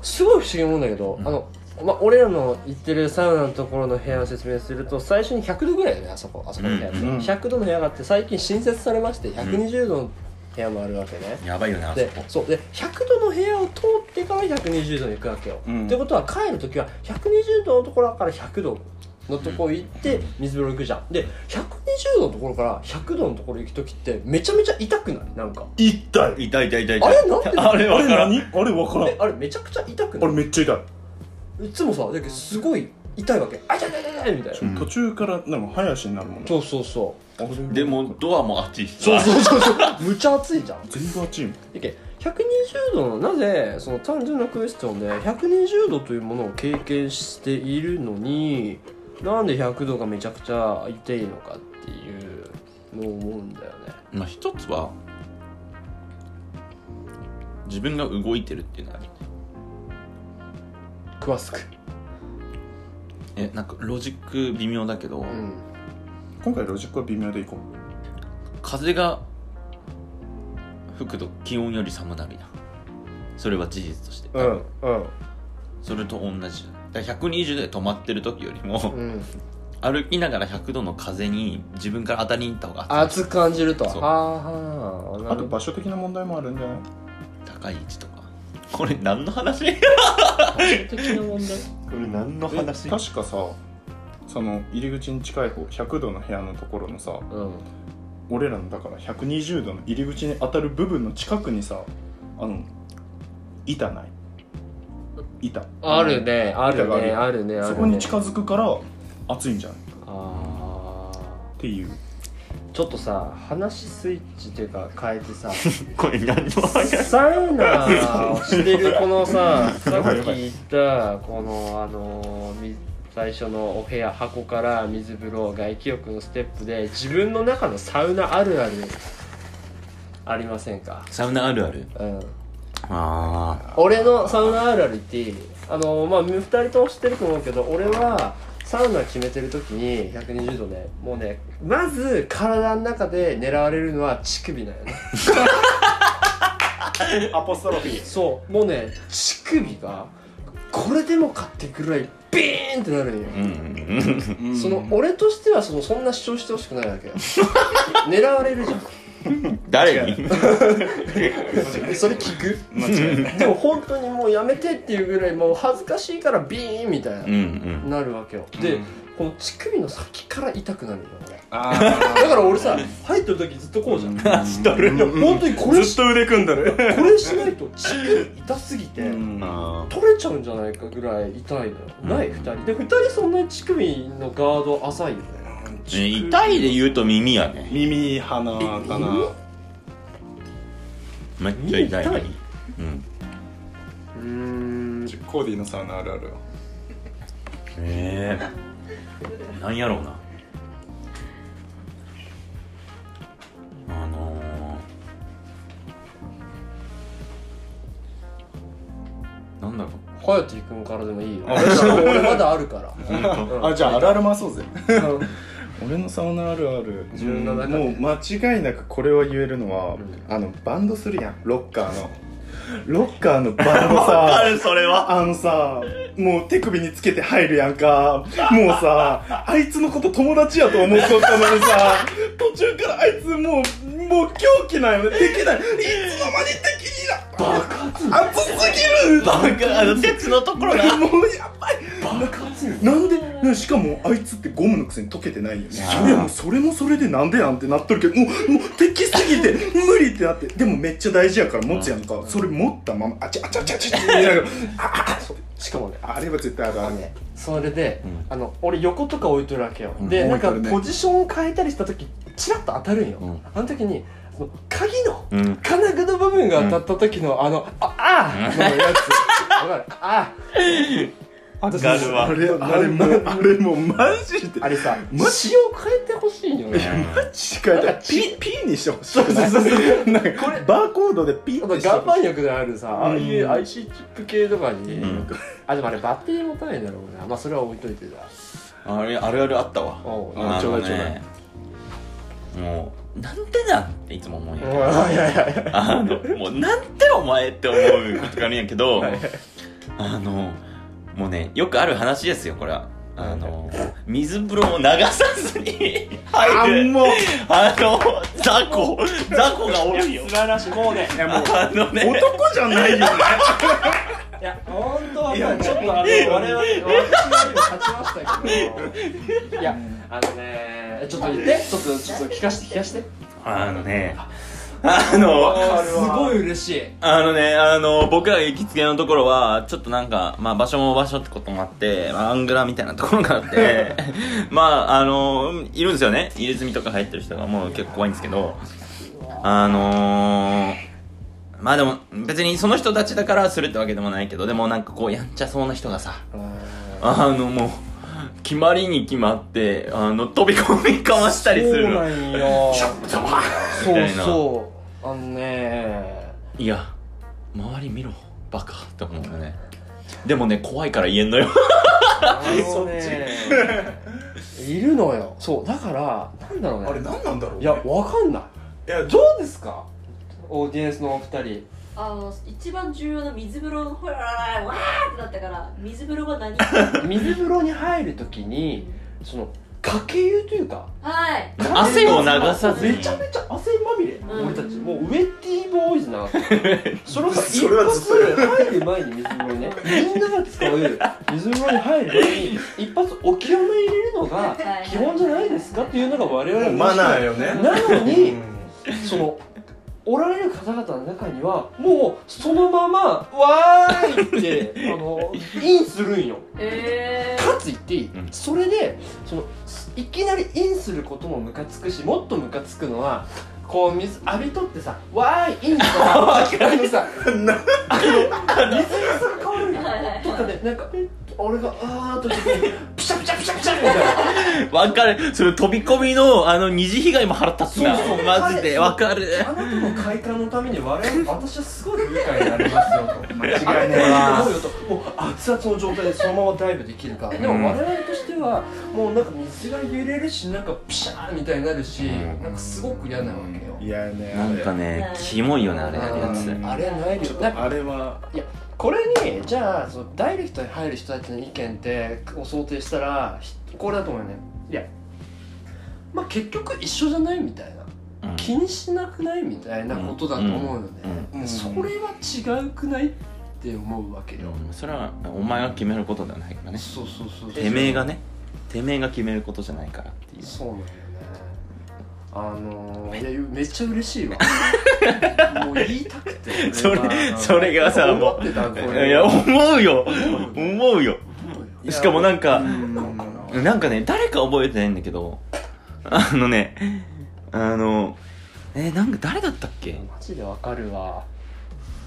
S2: うすごい不思議なもんだけど、
S1: うん
S2: あの、まあ、俺らの行ってるサウナのところの部屋を説明すると最初に100度ぐらいだよねあそこあそこの部屋って、
S3: うんうん
S2: 100度の部屋があって最近新設されまして120度の部屋もあるわけね、
S1: やばいよねあそ
S2: で
S1: こ
S2: そうで100度の部屋を通ってから120度に行くわけよ、
S3: うん
S2: ってことは帰る時は120度のところから100度のとこ行って水風呂行くじゃんで120度のところから100度のところ行く時ってめちゃめちゃ痛くないなんか
S3: 痛い
S1: 痛い痛い痛い
S2: (laughs) あ
S1: 痛い
S2: れなんでだ
S1: あれ
S3: あ
S1: わ
S3: れ
S1: からん
S3: 何あれ分からん
S2: えあれめちゃくちゃ痛く
S3: あ
S2: な
S3: れ
S2: い
S3: めっちゃ痛い
S2: いつもさだけどすごい痛いわけあ痛い痛い痛いみたいな、
S1: うん
S3: 途中からなんか林になるもんね
S2: そうそうそ
S1: でもドアも熱いし
S2: うそうそうそうそうむちゃ熱いじゃん
S3: 全部あっちいもん
S2: だけ120度のなぜその単純なクエスチョンで120度というものを経験しているのになんで100度がめちゃくちゃ痛いのかっていうのを思うんだよね
S1: まあ一つは自分が動いてるっていうのはある
S2: 詳しく
S1: えなんかロジック微妙だけど、
S2: うん
S3: 今回ロジックは微妙でいこ
S1: 風が吹くと気温より寒なるやんそれは事実として、
S2: うんうん
S1: それと同じだから120度で止まってる時よりも、 (laughs)
S2: うん
S1: 歩きながら100度の風に自分から当たりに行った方が
S2: 熱く感じるとは
S1: そう
S2: あは
S3: う
S2: あ
S3: あと場所的な問題もあるんじゃない
S1: 高い位置とかこれ何の話こ
S2: 的な問題
S1: れ何の
S3: え確かさその入り口に近い方100度の部屋のところのさ
S2: うん
S3: 俺らのだから120度の入り口に当たる部分の近くにさあの板ない板
S2: あるねある
S3: 板がある
S2: ねあるねあるね
S3: そこに近づくから熱いんじゃない
S2: あー
S3: っていう
S2: ちょっとさ話スイッチっていうか変えてさ
S1: これ何の話
S2: サウナを (laughs) してるこのささっき言ったこのあのみ最初のお部屋箱から水風呂外気浴のステップで自分の中のサウナあるあるありませんか、
S1: サウナあるある
S2: うん、
S1: あ
S2: 俺のサウナあるある言っていいあのまあ2人とも知ってると思うけど俺はサウナ決めてる時に120度ねもうねまず体の中で狙われるのは乳首なんよね
S3: アポストロフィー
S2: そうもうね乳首がこれでもかってくらいビーンってなるんよ
S1: あ、うんうん
S2: その俺としてはそのそんな主張してほしくないわけよ狙われるじゃん
S1: 誰に
S2: それ聞く
S3: 間違いない
S2: でも本当にもうやめてっていうぐらいもう恥ずかしいからビーンみたいな、
S1: うんうん
S2: なるわけよで、
S3: うん
S2: この乳首の先から痛くなるよ俺
S3: あ
S2: だから俺さ入ってる時ずっとこうじゃん、い
S3: あ
S1: しとる
S2: や本当にこれ
S3: ずっ
S2: し
S3: と腕組んでる
S2: これしないと乳首痛すぎて、
S1: あ
S2: 取れちゃうんじゃないかぐらい痛いのよ、
S1: うん
S2: ない2人で2人そんなに乳首のガード浅いよね
S1: ーえ痛いで言うと耳やね
S3: 耳鼻かな
S2: 耳
S1: めっちゃ痛い
S2: 痛
S1: の
S2: い
S1: にうん
S2: うーん
S3: コーディのサウナあるある
S1: ええなんやろうなあのー、なんだろう
S2: 颯君からでもいいよ俺 (laughs) 俺まだあるから
S1: 本
S3: あじゃああるある回そうぜ
S2: うん
S3: 俺のサウナあるある
S2: 17
S3: もう間違いなくこれは言えるのは、
S2: ん
S3: あのバンドするやんロッカーのロッカーのバンド (laughs) さ
S1: るそれは
S3: あのさもう手首につけて入るやんかもうさあいつのこと友達やと思っとったのにさ (laughs) 途中からあいつもうもう狂気なんよねできないいつの間に敵にな熱すぎる
S1: バカあの鉄のところが
S3: もうやばいなんでねしかもあいつってゴムのくせに溶けてないよね
S1: いやー
S3: それもうそれもそれでなんでやんってなっとるけどもうもう敵すぎて無理ってなってでもめっちゃ大事やから持つやんかそれ持ったままあちゃあちゃあちゃあちゃって言いながらあ
S2: しかもね
S3: ああれは絶対ある
S2: あ
S3: あ
S2: の
S3: る
S2: ねそれで、
S1: うん
S2: あの俺横とか置いてるわけよ、
S1: うん
S2: でなん
S3: 置い
S2: か
S3: てるね
S2: ポジションを変えたりした時チラッと当たるんよ、
S1: うん
S2: あの時にその鍵の
S1: うん
S2: 金具の部分が当たった時のあの「ああー」のやつわかるああ
S1: わかるわ
S3: あれあれもうあれもうマジで
S2: あれさ
S3: マジ
S2: 詞を変えてほしいよね
S3: マジかよ
S2: なんか
S3: P, P にしてほしいそうそうそうなんかバーコードで P
S2: あ
S3: っ
S2: と
S3: てしてほ
S2: 岩
S3: しい
S2: 盤浴であるさああいううん IC チップ系とかに、
S1: うん
S2: あでもあれバッテリー持たないだろうなまあそれは置いといてだ
S1: あれあるあるあったわ
S2: おう
S1: あの
S2: ちょうだいちょうだい
S1: もうなんでなんっていつも思うんやけど
S2: いやいやいや
S1: あのもうなんでお前って思うことがあるんやけど、
S2: はい
S1: あのもうねよくある話ですよこれはあの水風呂を流さずに
S3: あ
S1: 入る
S3: もう
S1: あの雑魚雑魚がおるよ
S2: 素晴らしいもうね
S3: いやもう
S1: あのね
S3: 男じゃないよね
S2: いや本当はい
S3: や
S2: ちょっとあの我々私よりも勝ちましたけどいやあのねちょっと言ってちょっとちょっと聞かして聞かして
S1: あのねあの
S2: すごい嬉しい
S1: あのね、あの、僕らが行きつけのところは、ちょっとなんか、まあ場所も場所ってこともあって、まあアングラみたいなところがあ
S2: (laughs)
S1: って、まあ、あの、いるんですよね。入れ墨とか入ってる人がもう結構怖いんですけど、あのー、まあでも、別にその人たちだからするってわけでもないけど、でもなんかこう、やんちゃそうな人がさ、あのもう、決まりに決まって、あの、飛び込みかましたりする
S2: そう
S1: の。
S2: なんよ
S1: み
S2: そ
S1: た
S2: う
S1: いな
S2: そうあのね
S1: いや周り見ろバカって思うよねでもね怖いから言えんのよ
S2: あのねいるのよそうだからなんだろうね
S3: あれ何なんだろう
S2: い
S3: い
S2: やわかんない
S3: いや
S2: どうですかオーディエンスのお二人
S4: あの一番重要な水風呂のほらわーってなったから水風呂が何は
S2: 水風呂に入るときにそのかけ湯というか
S4: い
S1: 汗を流さずに
S2: めちゃめちゃ汗まみれ、
S4: うん
S2: 俺たちもうウェッティーボーイズなそれをさ一
S3: (laughs) それはずっ
S2: 発
S3: とや
S2: 入る前に水風呂にねみんなが使う水風呂に入る前に一発お清め入れるのが基本じゃないですかっていうのが我々の
S3: マナーよ
S2: な
S3: ね
S2: の
S3: う
S2: に
S3: ん
S2: そのおられる方々の中にはもうそのまま「わーい!」ってあのインするんよ
S4: え
S2: かつ言っていい、
S1: うん
S2: それでそのいきなりインすることもムカつくしもっとムカつくのはこう水浴びとってさ「わーいイン」とかあのさ
S3: な
S2: あの水にさ変わる
S4: ー、はいはい
S2: とか
S4: はい
S2: でなんか俺が「あー」としてピシャピシャピシャピシャみたいな
S1: わかるそれ飛び込みのあの二次被害も腹立つな
S2: そうそう
S1: マジでわかる
S2: あなたの快感のために我々私はすごい不愉快になりますよ (laughs) と
S3: 間違いねえ
S2: す
S3: わ
S2: ごいよともう熱々の状態でそのままダイブできるからでも我々としてはもうなんか水が揺れるしなんかピシャーみたいになるし、
S1: うん
S2: なんかすごく嫌なわけよ、
S3: いやね
S1: なんかねキモいよねあれやるやつ
S2: あれないで
S3: ち
S2: し
S3: ょ
S2: ょ
S3: っ
S2: なん
S3: と
S2: か
S3: あれは
S2: これにじゃあそのダイレクトに入る人たちの意見ってを想定したらひこれだと思うよねいやまあ結局一緒じゃないみたいな
S1: うん
S2: 気にしなくないみたいなことだと思うよね、
S3: うん
S2: それは違うくないって思うわけ
S1: うん
S2: よ、
S1: うんそれはお前が決めることではないからね
S2: そうそうそう
S1: てめえがねてめえが決めることじゃないからっていう
S2: そうなんだよねあのー、いやめっちゃ嬉しいわもう言いたくて
S1: それそれがさも
S2: う
S1: ういや思うよ思うよしかもなんか、
S3: うん
S1: なんかね、誰か覚えてないんだけど、あのね、あの、えーなんか誰だったっけい
S2: マジでわかるわ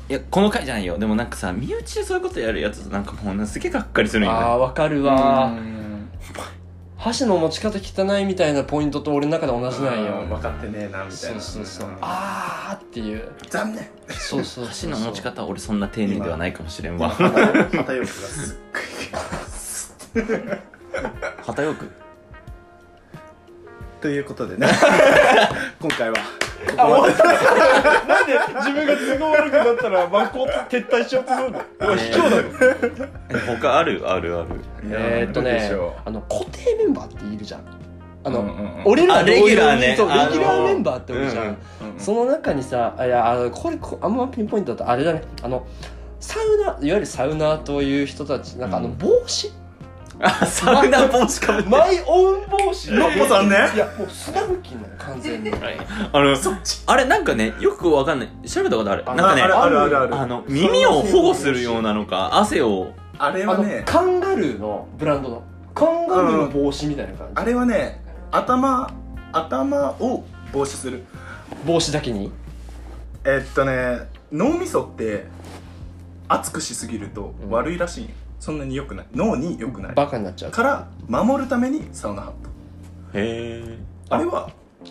S1: や、この回じゃないよ。でもなんかさ、身内でそういうことやるやつなんかもうすげえがっかりするん
S2: あ
S1: よ
S2: あ
S1: ね。
S2: わかるわ、箸の持ち方汚いみたいなポイントと俺の中で同じなん
S3: うん分
S2: よ
S3: かってねえなみたい
S2: そう
S3: な
S2: そうそうんあーっていう
S3: 残念
S2: そうそうそう
S1: 箸の持ち方は俺そんな丁寧ではないかもしれんわ。
S3: 片欲がすっ
S1: (laughs) 旗よく。
S3: というこ
S2: (laughs)
S3: とでね今回は
S2: 自分が都合悪くなったら真っ向撤退しようとするんだ
S1: え他あるあるある。
S2: えーっと
S3: なんで
S2: ね
S3: しょ
S2: あの固定メンバーっているじゃんあ
S3: う
S2: の、
S3: うんうんうん
S2: 俺ら
S1: あレギュラーね
S2: 同様にそう
S1: あの
S2: レギュラーメンバーっておるじゃん、
S1: うん
S3: うんうん
S2: その中にさあいやあのこれこあんまピンポイントだとあれだねあのサウナいわゆるサウナーという人たちなんかあ
S1: う
S2: の
S1: ん
S2: 帽子、
S1: あ、サウナ帽子かぶって。
S2: マイオン帽子
S3: ノッポさんね
S2: いやもうスナフキンなの完全に
S1: (laughs) あの、あれなんかね、よくわかんない。調べたことある。なんかね、
S3: あ
S1: あ
S3: あるあるあるある
S1: の、耳を保護するようなのか、汗を、
S3: あれ
S2: あ
S3: は
S2: の
S3: ね
S2: カンガルーのブランドのカンガルーの帽子みたいな感じ
S3: あれはね頭頭を防止する
S2: 帽子だけに
S3: えっとね脳みそって熱くしすぎると
S2: うん
S3: 悪いらしいよ、そんなに良くない脳に良くない
S2: バカになっちゃう
S3: から守るためにサウナハット
S1: へえ
S3: あれは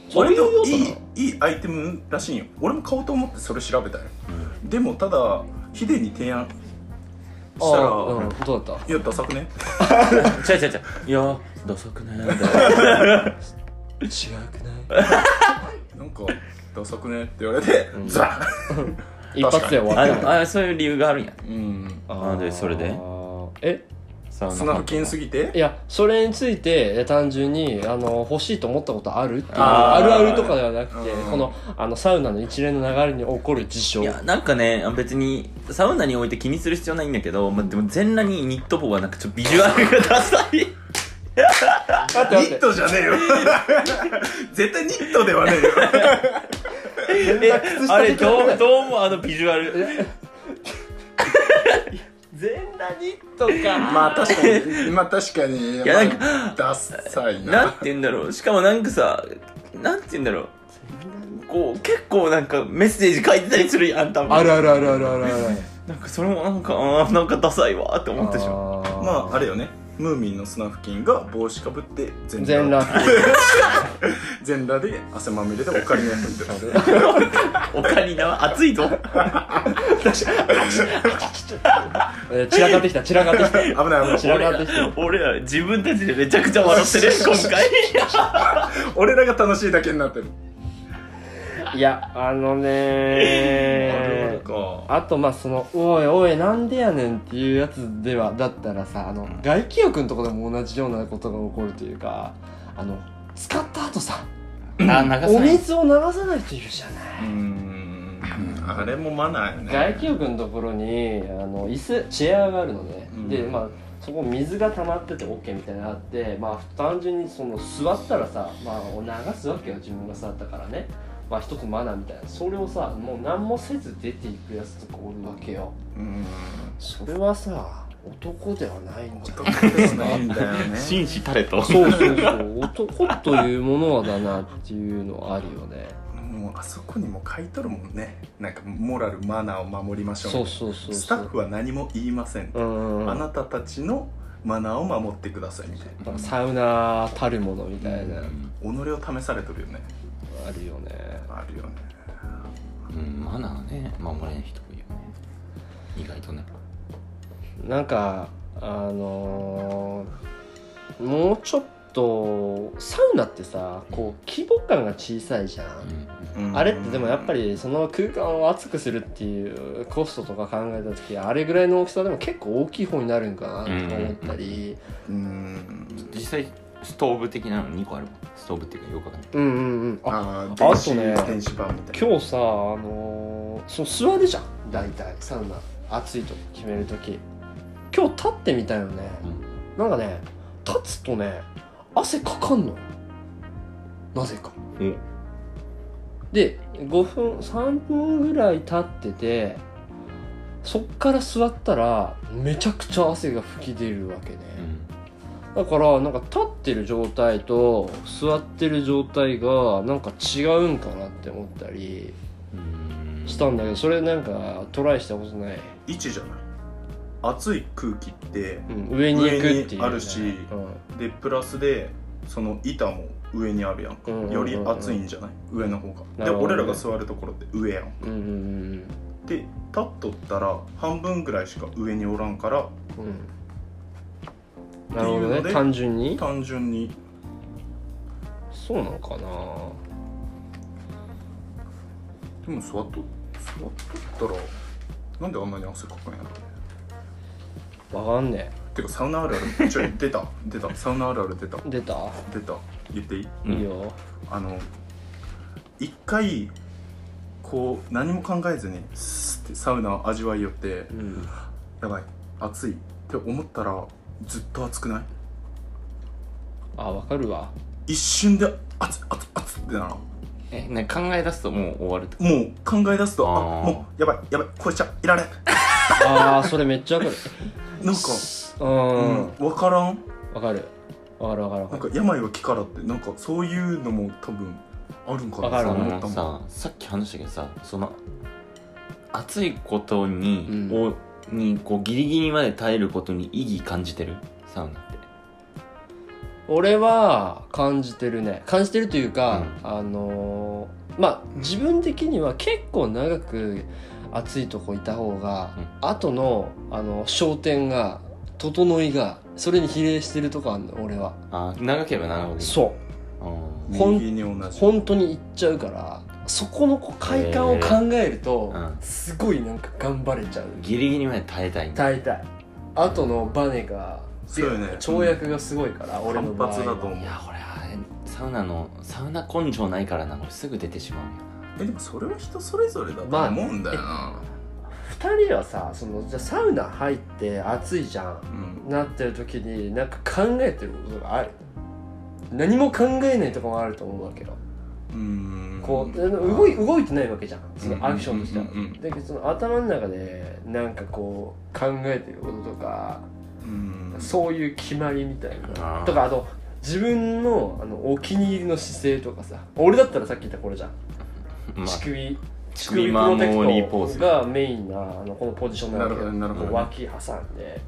S2: そうい
S3: 割
S2: う要
S3: と
S2: 素
S3: い
S2: ない
S3: いいアイテムらしいよ俺も買おうと思ってそれ調べたよ、でもただヒデに提案
S2: の
S3: したら
S2: あーうんどうだっ
S3: いやダサくね
S1: (laughs) ちゃいちゃいちゃいいやーダサくないみたいな
S2: た違くない
S3: なんかダサくねって言われて、ザ
S2: 一発で終
S1: あ
S2: わ
S1: で
S2: っ
S1: もあそういう理由があるんや
S3: ッうん
S2: た
S1: あーでそれで
S2: あーえ
S1: サウナ
S3: 砂付近すぎ
S2: い
S3: て
S2: やそれについてえ単純にあの欲しいと思ったことあるっていうあ
S1: あー
S2: るあるとかではなくて
S3: うん
S2: このあのサウナの一連の流れに起こる事象
S1: いやなんかね別にサウナにおいて気にする必要ないんだけど、まあ、でも全裸にニット帽はなんかちょっとビジュアルがダサい
S2: 待って
S3: ニ
S2: 待っ
S3: ットじゃねえよ (laughs) 絶対ニットではねえよ
S1: えあれどうどうもあのビジュアル
S2: 全裸ニットか
S3: まあ確か (laughs) にまあ確かに
S1: いやなんか
S3: まあダサい
S1: なん
S3: な
S1: て言うんだろうしかもなんかさなんて言うんだろうこう結構なんかメッセージ書いてたりするやん多分
S2: あるあるあるあるあるある
S1: なんかそれもなんかあーなんかダサいわーって思ってしまう
S2: あ
S3: まああれよねムーミンの砂付近が帽子かぶって全
S2: 全
S3: 裸
S2: 裸
S3: 全裸で汗まみれでオカリナやっ
S2: (laughs)
S3: てる
S1: おかになは熱いぞ
S2: え散らかってきた散らかってきた
S3: 危ない危
S2: 散
S3: ない
S2: らかってきた
S1: 俺ら自分たちでめちゃくちゃ笑ってる今回
S3: 俺らが楽しいだけになってる
S2: いやあのねー
S3: か
S2: あとまあその「おいおいなんでやねん」っていうやつではだったらさあの外気浴のとこでも同じようなことが起こるというかあの使った後さお水を流さない人いるじゃな
S3: うーんあれもマナーよね
S2: い外気浴のところにあの椅子チェアがあるのね、
S3: うん
S2: でまあそこ水が溜まってて OK みたいなのがあってまあ単純にその座ったらさまあ流すわけよ自分が座ったからねまあ一つマナーみたいなそれをさもう何もせず出ていくやつとかおるわけよ
S3: うーん
S2: それはさ男ではないんじゃない
S3: 男で
S2: (laughs)
S3: はないんだよね
S1: 紳士たれと
S2: そうそうそう男というものはだなっていうのはあるよね
S3: もうあそこにも書いとるもんねなんかモラルマナーを守りましょう
S2: そうそうそうそう
S3: スタッフは何も言いません、
S2: うんうん
S3: あなたたちのマナーを守ってくださいみたい
S2: なんかサウナたるものみたいな、
S3: な己を試されとるよね
S2: あるよね
S3: あるよね
S1: うんマナーね守れない人もいるよね意外とね
S2: なんかあのーもうちょっとサウナってさこう規模感が小さいじゃんあれってでもやっぱりその空間を厚くするっていうコストとか考えた時あれぐらいの大きさでも結構大きい方になるんかなと思ったり
S3: うーん
S1: 実際ストーブ的なの2個あるもんストーブっていうかよくわかんない
S2: うんうんうんあ
S3: ああ
S2: あ
S3: 電子
S2: とね
S3: 電子版みたいな
S2: 今日さあのー、その座るじゃん大体サウナ暑いと決める時今日立ってみたよね、なんかね立つとね汗かかんのよなぜか
S1: うん
S2: で5分3分ぐらい経っててそっから座ったらめちゃくちゃ汗が吹き出るわけね、だからなんか立ってる状態と座ってる状態がなんか違うんかなって思ったり
S1: うん
S2: したんだけどそれなんかトライしたことない、
S3: 位置じゃない熱い空気って
S2: うん、上に行くっていうね、
S3: 上にあるしでプラスでその板も上にあるやんか
S2: うんうんうんうん
S3: より熱いんじゃない上の方が
S2: な
S3: で
S2: るほどね
S3: 俺らが座るところって上やん
S2: うんうんうん
S3: で立っとったら半分ぐらいしか上におらんから
S2: うんうんなるほど
S3: っていうので
S2: ね単純に
S3: 単純に
S2: そうなのかな
S3: でも座っと座っとったらなんであんなに汗かくんやろ
S2: わかんね
S3: てかサウナあるあるちょい出た出たサウナあるある出た
S2: え出た、
S3: 出た言っていい
S1: うん
S2: いいよ
S3: あの一回こう何も考えずにスッてサウナを味わいよって
S2: うん
S3: やばい暑いって思ったらずっと暑くない
S2: あわかるわ
S3: 一瞬で熱っ熱っ熱っってならんも
S1: えね考え出すともう終わると
S3: う考え出すとあ
S1: あー
S3: もうやばいやばいこれじゃいられん
S2: あーそれめっちゃわか
S3: (laughs)
S2: る
S3: なんか、
S2: うんわ、
S3: うん、わからん
S2: かるわかるわかるわか
S3: なん
S2: る
S3: か病は気からってなんかそういうのも多分あるんかな
S2: わかる
S3: そう
S2: わ
S3: 思
S2: か
S1: あ
S3: っ
S1: の
S3: たもん
S1: ささっき話したけどさその熱いことに,、
S2: うん
S1: をにこうギリギリまで耐えることに意義感じてるサウナって
S2: 俺は感じてるね感じてるというか、あのーまあ自分的には結構長く暑いとこいた方が、後のあの焦点が整いがそれに比例してるとこあんの俺は
S1: あ長ければ長いほどいい
S2: そ
S1: うん
S2: ほん
S3: 右に同
S2: う
S3: じ
S2: 本当に行っちゃうからそこのこう快感を考えると、
S1: へーうん
S2: すごいなんか頑張れちゃう
S1: ギリギリまで耐えたいんだ
S2: 大体後のバネが
S3: そうよね
S2: 跳躍がすごいから、俺の
S3: 反
S2: 場合
S3: 発だと思う
S1: いや俺あれサウナのサウナ根性ないからな俺すぐ出てしまうんよ
S3: えでもそれは人それぞれだと
S2: まあ
S3: 思うんだよな、
S2: 2人はさそのじゃあサウナ入って暑いじゃん
S3: うん
S2: なってる時になんか考えてることがある何も考えないとこもあると思うわけよ
S3: うん
S2: こう動い動いてないわけじゃんそのアクションとしては
S3: うんうんうんうん
S2: だけどその頭の中でなんかこう考えてることとか
S3: うん
S2: そういう決まりみたい
S1: あ
S2: な
S1: ー
S2: とかあと自分のあのお気に入りの姿勢とかさ俺だったらさっき言ったこれじゃん
S1: ま
S2: 乳
S1: あ
S2: 首乳
S1: 首マンモリーポーズ
S2: がメインなあのこのポジションな
S3: な
S2: わ
S3: る
S2: け
S3: ほど
S2: よ
S3: なるほど、ね、
S2: 脇挟んで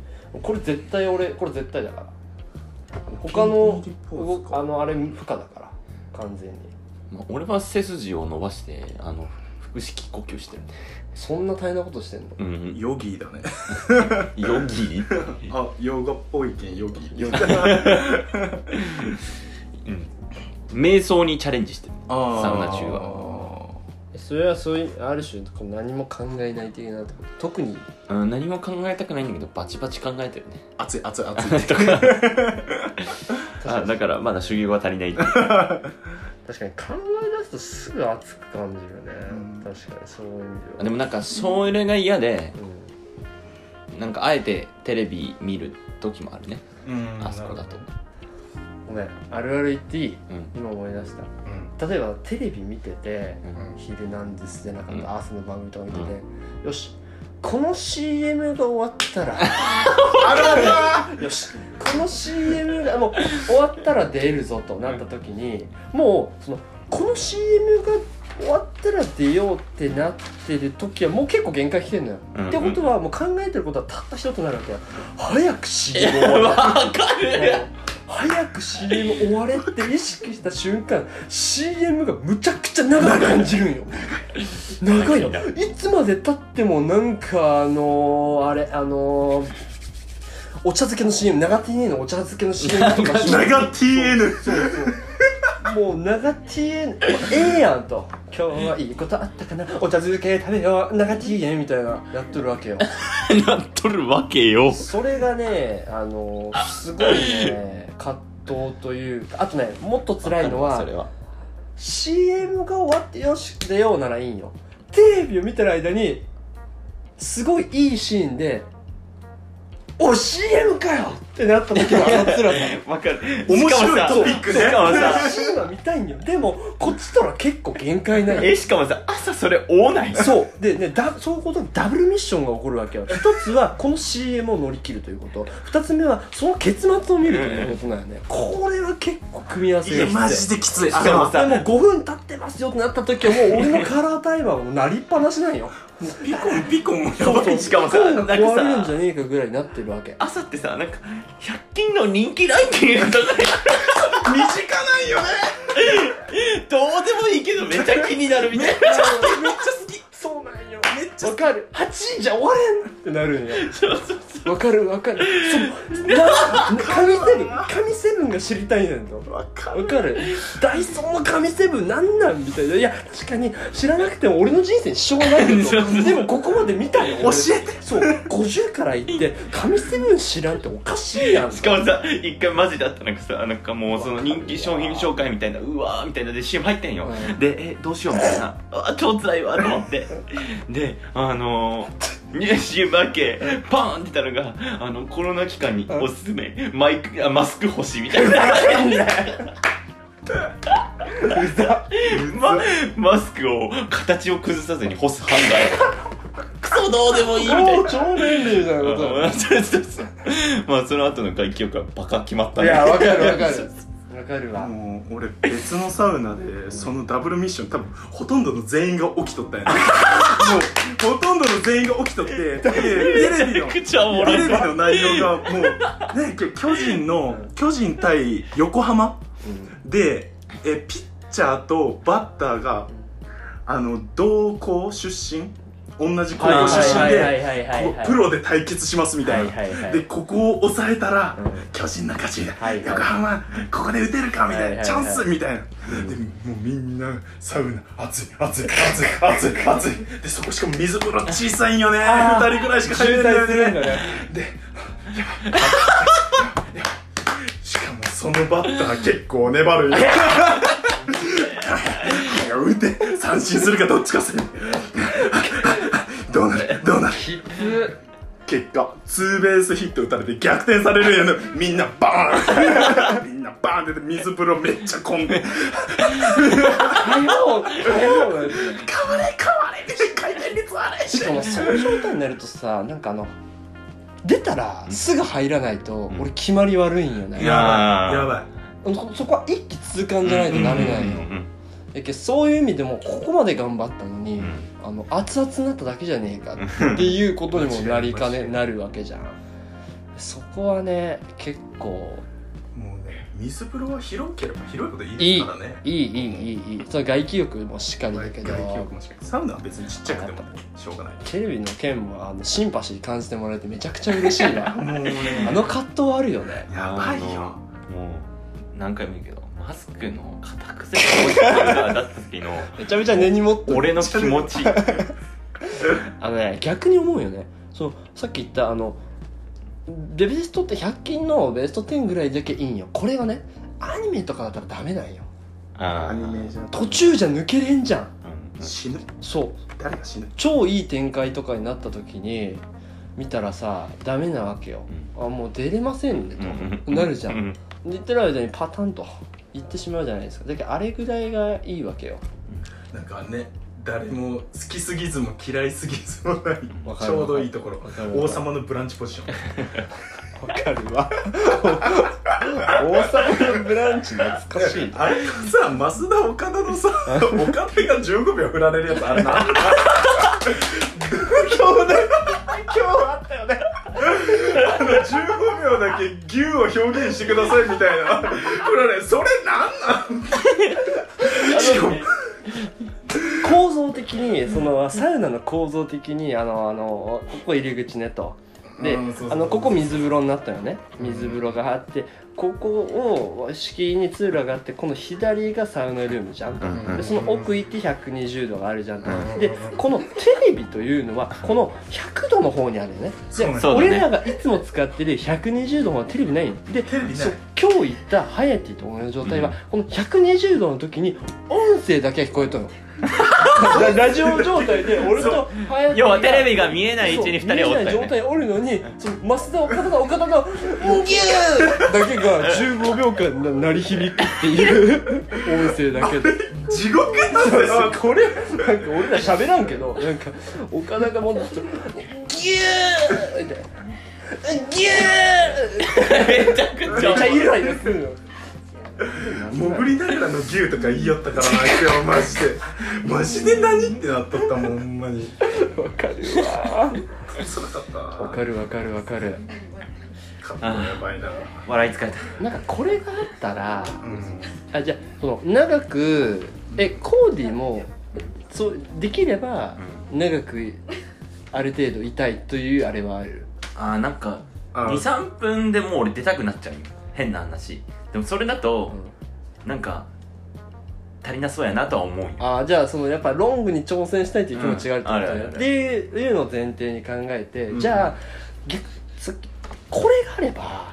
S2: これ絶対俺これ絶対だから他の動あのあれ負荷だから完全に
S1: まあ俺は背筋を伸ばしてあの腹式呼吸してるね
S2: そんな大変なことしてんの
S1: うん
S3: ヨギーだね
S1: ヨギ
S3: あヨガっぽいけんヨギー (laughs) ヨギ
S1: 瞑想にチャレンジしてるサ
S3: サ
S1: ウナ中
S3: は
S2: それはそういうある種こう何も考えない的なってこと特に
S1: うん何も考えたくないんだけどバチバチ考えてるね (laughs)
S3: 熱い熱い熱い
S1: とかあだからまだ修行が足りないっていう
S2: 確かに考え出すとすぐ熱く感じるよね、
S3: うん
S2: 確かにそういう意味では
S1: でもなんかそれが嫌で
S2: う
S1: なんかあえてテレビ見る時もあるね
S3: うん
S1: あそこだと、
S2: ん、ごめんあるある言っていい
S1: うん、
S2: 今思い出した
S3: うん
S2: 例えばテレビ見てて
S1: うん
S2: 「ヒルナンデス」じゃなかっ
S1: うん
S2: た朝の番組とか見てて、よしこの CM が終わった
S1: (laughs)
S2: ら
S3: あるある
S2: よしこの CM がもう終わったら出るぞとなった時にもうそのこの CM が終わったら出ようってなってる時はもう結構限界来てんのよ、
S1: うんうん
S2: ってことはもう考えてることはたった一つになるわけよ早く CM 終わら
S1: わか
S2: もう早く CM 終われって意識した瞬間 CM がむちゃくちゃ長く感じるんよ長いのいつまでたってもなんかあのー、あれあのー、お茶漬けの CM 長 TN のお茶漬けの CM とか
S3: 長 TN
S2: そうそうもう長 TN ええやんと今日はいいことあったかなお茶漬け食べよう長 TN みたいなやっとるわけよ
S1: (laughs) なっとるわけよ
S2: それがね、あのすごいね、葛藤というか、あとね、もっと辛いの
S1: それ
S2: は、
S1: は
S2: CM が終わってよし、出ようならいいんよ。テレビを見てる間に、すごいいいシーンで、お、CM かよってなった時は、あの辛さ。
S1: (laughs) わかる
S3: 面白い
S1: しかも
S3: ト
S1: さ
S3: ピック
S1: しかもさ
S2: シーンは見たいんよ。でも、こっちとら結構限界ない。
S1: えしかもさ朝それ追わない
S2: そうでねだそういうことにダブルミッションが起こるわけよ一つはこの CM を乗り切るということ二つ目はその結末を見るということなんよねこれは結構組み合わせ
S3: ね
S2: が
S3: いやマジ
S2: 必
S3: できついあ
S1: し
S3: れ
S1: かも
S3: は
S1: さ
S2: 要でも5分経ってますよってなった時はもう俺のカラータイマーもなりっぱなしなんよ
S3: ピコンピコンもや
S2: そう
S3: ば
S2: そ
S3: いう
S1: しかもさ
S2: 声
S1: な
S2: が
S1: んかさ
S2: 壊れるんじゃねえかぐらいになってるわけ
S1: 朝ってさなんか100均の人気ランキングとか
S3: (laughs)
S1: で
S3: 身近ないよね
S1: (laughs) どうでもいいけどめっちゃ気になるみたい
S2: めっちゃ好きそうなんよめっちゃわかる8位じゃ終われんってなるんやわかるわかるそうな神セブン神セブンが知りたいねんと
S3: わか
S2: わかるダイソーの神セブンなんなんみたいないや確かに知らなくても俺の人生に支障はないけ
S1: そうそうそ
S2: ど
S1: う
S2: でもここまで見たよ
S3: 教
S2: 俺
S3: えて
S2: そう50から言って神セブン知らんっておかしいやん
S1: なしかもさ一回マジだったなんかさなんかもうその人気商品紹介みたいなうわーみたいなで CM 入ってんよ、
S2: うん
S1: でえどうしようみたい
S2: (laughs)
S1: なあ超辛いわと思ってであのーね CM 明けパーンってたのがあのコロナ期間におすすめマイクあマスク欲しいみたいな (laughs) ま、マスクを形を崩さずに干す判
S2: (laughs)
S1: 断クソどうでもいいみたい
S2: も
S1: な
S2: う超便利じゃんこと
S1: うんそうそうそうまあその後の外気浴はバカ決まった
S2: い
S1: ね
S2: やわかるわかるわかるわ
S3: もう俺別のサウナでそのダブルミッション多分ほとんどの全員が起きとったんやねもうほとんどの全員が起きとってでテレビのテ
S1: ちゃおもろい
S3: レビの内容がもうねきょ巨人の巨人対横浜でえピッチャーとバッターがあの同校出身同じ高校出身で
S2: はい
S3: こうプロで対決しますみたいな
S2: はいはいはい
S3: でここを抑えたら、
S2: うん
S3: 巨人の勝ち、
S2: はいはい
S3: 横浜ここで打てるかみ
S2: はい
S3: たいな、
S2: はいはい
S3: チャンスみたいな、でもうみんなサウナ熱い熱い熱い熱い熱いでそこしかも水風呂小さいんよね
S2: あー
S3: 2人ぐらいしか入
S2: 渋
S3: れない
S2: 滞するん
S3: んだ
S2: だ
S3: よね
S2: ね
S3: でやばいやばいやばいやばいしかもそのバッター結構粘るよ早打て三振するかどっちかせどうなるどうなる
S2: きつ
S3: 結果ツーベースヒット打たれて逆転されるんやねみんなバーンみんなバーンって出て水風呂めっちゃ混んで
S2: 早う早う
S3: 変われ変われ回転率悪い
S2: し
S3: し
S2: かもその状態になるとさなんかあの出たらすぐ入らないと俺決まり悪いんよね
S1: いやばいや
S3: ば
S2: そそこは一気通貫じゃないとダメなんよやけどそういう意味でもここまで頑張ったのに、
S1: うん
S2: あの熱々になっただけじゃねえかっていうことにもなりかねなるわけじゃんそこはね結構
S3: いもうね水風呂は広ければ広いほどいい
S2: い
S3: で
S2: い
S3: すからね
S2: いいいいいいいいそれ外気浴もしっかりだけど
S3: 外気浴もしかりサウナは別にちっちゃくてもしょうがない
S2: テレビの件もあのシンパシー感じてもらえてめちゃくちゃ嬉しい (laughs) わ
S3: もう
S2: あ
S3: ね
S2: の葛藤あるよね
S3: やばいよ
S1: もう何回も言うけどマスクの硬くせが多いっていうのがだった時の
S2: めちゃめちゃ根に持ってる
S1: 俺の気持ち
S2: あのね逆に思うよねそのさっき言ったあのでベストって100均のベスト10ぐらいだけいいんよこれがねアニメとかだったらダメなんよ
S1: あ
S3: アニメー
S1: ー
S3: ジャー
S2: 途中じゃ抜けれんじゃん
S3: 死ぬ
S2: そう
S3: 誰が死ぬ
S2: 超いい展開とかになった時に見たらさダメなわけよ、あもう出れませんねと、なるじゃん、
S1: ん
S2: 言ってる間にパタンと言ってしまうじゃないですかだけどあれぐらいがいいわけよ
S3: なんかね誰も好きすぎずも嫌いすぎずもない
S2: わか
S3: ち
S2: る
S3: ょうどいいところ
S2: わかるわ
S3: 王様のブランチポジション
S2: わかるわ王様のブランチ懐かしい
S3: あれがさ、増田岡田の (laughs) さ、岡田が15秒振られるやつあれなん (laughs) だ今日ね、今日あったよね。あの、15秒だけ牛を表現してくださいみたいな。振られ、それなんなんしかも、
S2: 構造的にそのサウナの構造的にあのあのここ入り口ねとで
S3: うんそうそう
S2: あのここ水風呂になったよね水風呂があってここを敷居に通路があってこの左がサウナルームじゃんと、
S1: うん
S2: でその奥行って120度があるじゃんと、
S1: う
S2: でこのテレビというのはこの100度の方にあるよね
S3: そうね
S1: そうだね
S2: 俺らがいつも使ってる120度のテレビないよで
S3: テレビね
S2: そう今日言ったハヤティと俺の状態は、
S1: うん
S2: この120度の時に音声だけが聞こえ
S1: (laughs)
S2: たのララジオ状態で俺とハヤティ
S1: 要はテレビが見えない位置に二人はお
S2: お
S1: っ
S2: ったた
S1: よね
S2: よ、ね、見えない状態におるのにその増田岡田の岡田の「ギュー!」だけが15秒間な鳴り響くっていう音声
S1: (laughs)
S2: だけで。
S3: 地獄なんですよ。
S2: これなんか俺ら喋らんけどなんか岡田がもうちょっとギューみたいなギュ
S1: めちゃくち
S2: ーめっちゃ
S1: ゃ
S2: イライラするの
S3: 潜りながらの牛とか言いよったからな、今日マジで。マジで何ってなっとったもん、ほんまに。
S2: わかるわ
S3: それだった
S2: わかるわかるわかる
S3: カップもやばいな。
S1: 笑い疲れた
S2: なんかこれがあったら
S3: うん。
S2: あじゃあその長くえコーディもそうできれば長くある程度いたいというあれはある
S1: あーなんか
S3: あ
S1: 23分でもう俺出たくなっちゃうよ変な話でもそれだと、なんか足りなそうやなとは思うよ
S2: あーじゃあそのやっぱロングに挑戦したいという気持ちがあるってこと
S1: うんあ
S2: だ
S1: るあ
S2: よ
S1: る
S2: っていういうのを前提に考えて、
S3: うん
S2: じゃあ逆そこれがあれば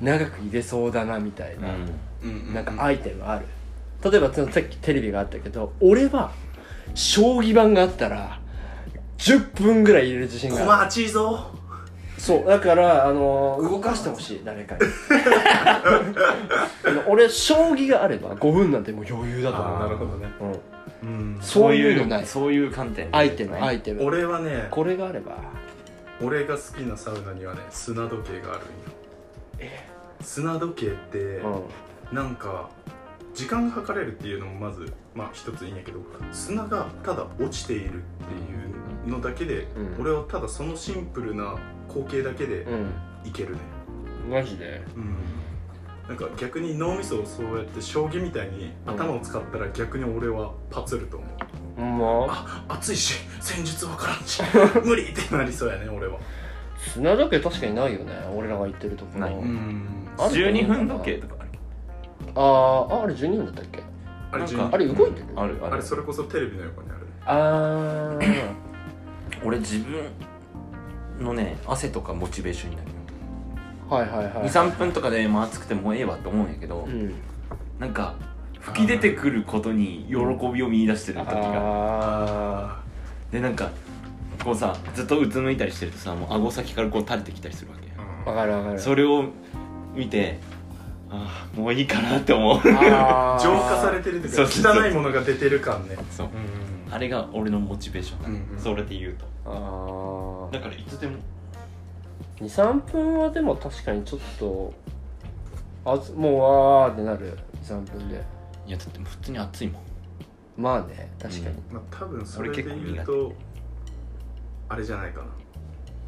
S2: 長く入れそうだなみたいな、
S3: うん
S2: なんかアイテムある例えばそのさっきテレビがあったけど俺は将棋盤があったら10分ぐらい入れる自信がある
S3: 駒熱いぞ。
S2: そうだからあのー動かしてほしい誰かに (laughs) あの俺将棋があれば5分なんてもう余裕だと
S3: ああ、
S2: 思
S3: なるほどね。
S2: う、うん、
S3: うん
S2: そういうのない
S1: そういう観点
S2: アイテムア
S1: イ
S2: イテム
S3: 俺はね
S2: これがあれば
S3: 俺が好きなサウナにはね砂時計があるんよ砂時計って、
S2: うん
S3: なんか時間が計れるっていうのもまずまあ一ついいんやけど砂がただ落ちているっていうのだけで、
S2: うん
S3: 俺はただそのシンプルな光景だけで
S2: うん
S3: いけるね、
S2: マジで
S3: うんなんか逆に脳みそをそうやって将棋みたいに頭を使ったら逆に俺はパツると思う、
S2: ほんま
S3: あ熱いし戦術わからん
S2: (laughs)
S3: し無理ってなりそうやね俺は
S2: 砂時計確かにないよね俺らが行ってるとこ
S1: ない
S2: ろ
S3: ん
S2: あると思う
S1: 12分時計とかある
S2: あーああれ12分だったっけ
S3: あれ
S1: なんか
S3: 12
S2: あれ動いてる
S1: あるあ
S3: あれ
S1: る
S3: それこそテレビの横にあるね
S2: あー
S1: 俺自分のね汗とかモチベーションになるよ
S2: はいはいはい
S1: 23分とかでもう暑くてもうええわって思うんやけど、
S2: うん
S1: なんか吹き出てくることに喜びを見出してる時が
S2: あ
S1: でなんかこうさずっとうつむいたりしてるとさもう顎先からこう垂れてきたりするわけよ
S3: うん
S2: あわかるわかる
S1: それを見てああもういいかなって思
S3: (laughs)
S1: う
S2: あー
S3: 浄化されてると
S1: そう
S3: いう
S1: そうそう
S3: か汚いものが出てる感ね
S1: そう
S3: うん
S1: あれが俺のモチベーションだね、
S3: うんうん
S1: それで言うと
S2: あー
S1: だからいつでも
S2: 23分はでも確かにちょっとあずもうあーってなる23分で
S1: いやだって普通に暑いもん
S2: まあね確かに、
S3: まあ多分それで言う
S1: 俺
S3: とあれじゃないかな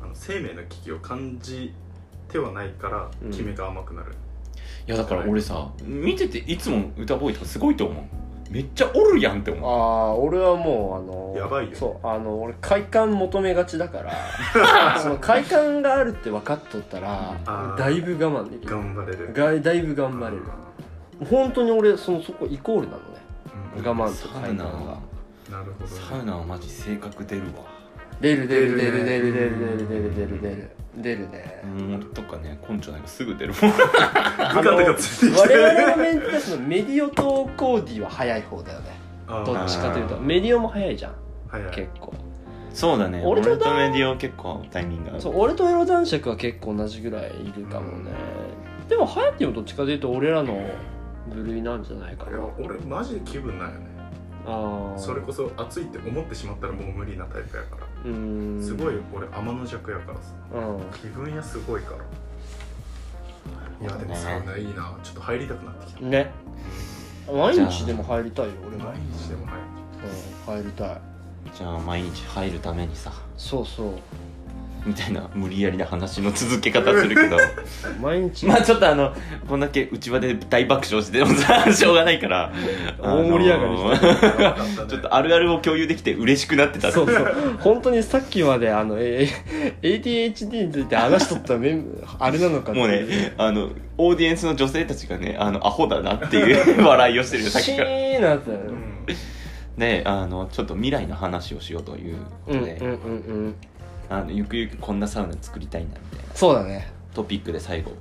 S3: あの生命の危機を感じてはないから
S2: うん
S3: 決めが甘くなる、
S1: いやだから俺さ見てていつも歌ボーイとかすごいと思うめっちゃおるやんって
S2: あ
S1: 思う
S2: あ俺はもうあの
S3: やばいよ
S2: そうあの俺快感求めがちだから
S3: (laughs)
S2: その快感があるって分かっとった
S3: あ
S2: ら
S3: ー
S2: だいぶ我慢できる
S3: 頑張れる
S2: がだいぶ頑張れる本当に俺そのそこイコールなのね
S3: うん
S2: 我慢と
S1: サ
S2: 快
S1: ウ
S2: 感
S1: ナ
S2: が
S1: は
S3: なるほど、ね、
S1: サウナはマジ性格出るわ
S2: 出る出る出る出る出る出る出る出る出る出るね
S1: うん俺とかね根性ないからすぐ出るもん
S3: 部下とかついてきて
S2: 我々のメンテナンスのメディオとコーディは早い方だよねどっちかというとメディオも早いじゃん
S3: はいはい
S2: 結構
S1: そうだね俺
S2: 俺と
S1: と
S2: だ
S1: メディオ結構タイミングが
S2: そう俺とエロ男爵は結構同じぐらいいるかもねでもハヤティもどっちかというと俺らの部類なんじゃないか
S3: い
S2: な
S3: や俺マジで気分ないよね
S2: ああ
S3: それこそ暑いって思ってしまったらもう無理なタイプやから
S2: うーん
S3: すごい俺天の弱やからさ
S2: うん
S3: 気分屋すごいからいやでもサウナいいなちょっと入りたくなってきた
S2: ね毎日でも入りたいよ俺は
S3: 毎日でも入る
S2: うん入りたい
S1: じゃあ毎日入るためにさ
S2: そうそう
S1: みたいな無理やりな話の続け方するけ (laughs) ど
S2: 毎日
S1: まあちょっとあのこんだけ内輪で大爆笑してもさしょうがないから
S2: 大盛り上がりして
S1: あのー
S3: だたね
S1: ちょっとあるあるを共有できて嬉しくなってたって
S2: そうそう本当にさっきまであのえー ADHD について話しとった
S1: (laughs)
S2: メンあれなのかってい
S1: もうねあのオーディエンスの女性たちがねあのアホだなって
S2: (laughs)
S1: いう笑いをしてるよさっ
S2: シ
S1: きから
S2: ーンなってたよ
S3: う
S2: ね
S3: ん
S1: ねあのちょっと未来の話をしようというこ
S2: う
S1: と
S2: んうん
S1: で、
S2: うんうん
S1: あのゆくゆくこんなサウナ作りたいなみたいな
S2: そうだね
S1: トピックで最後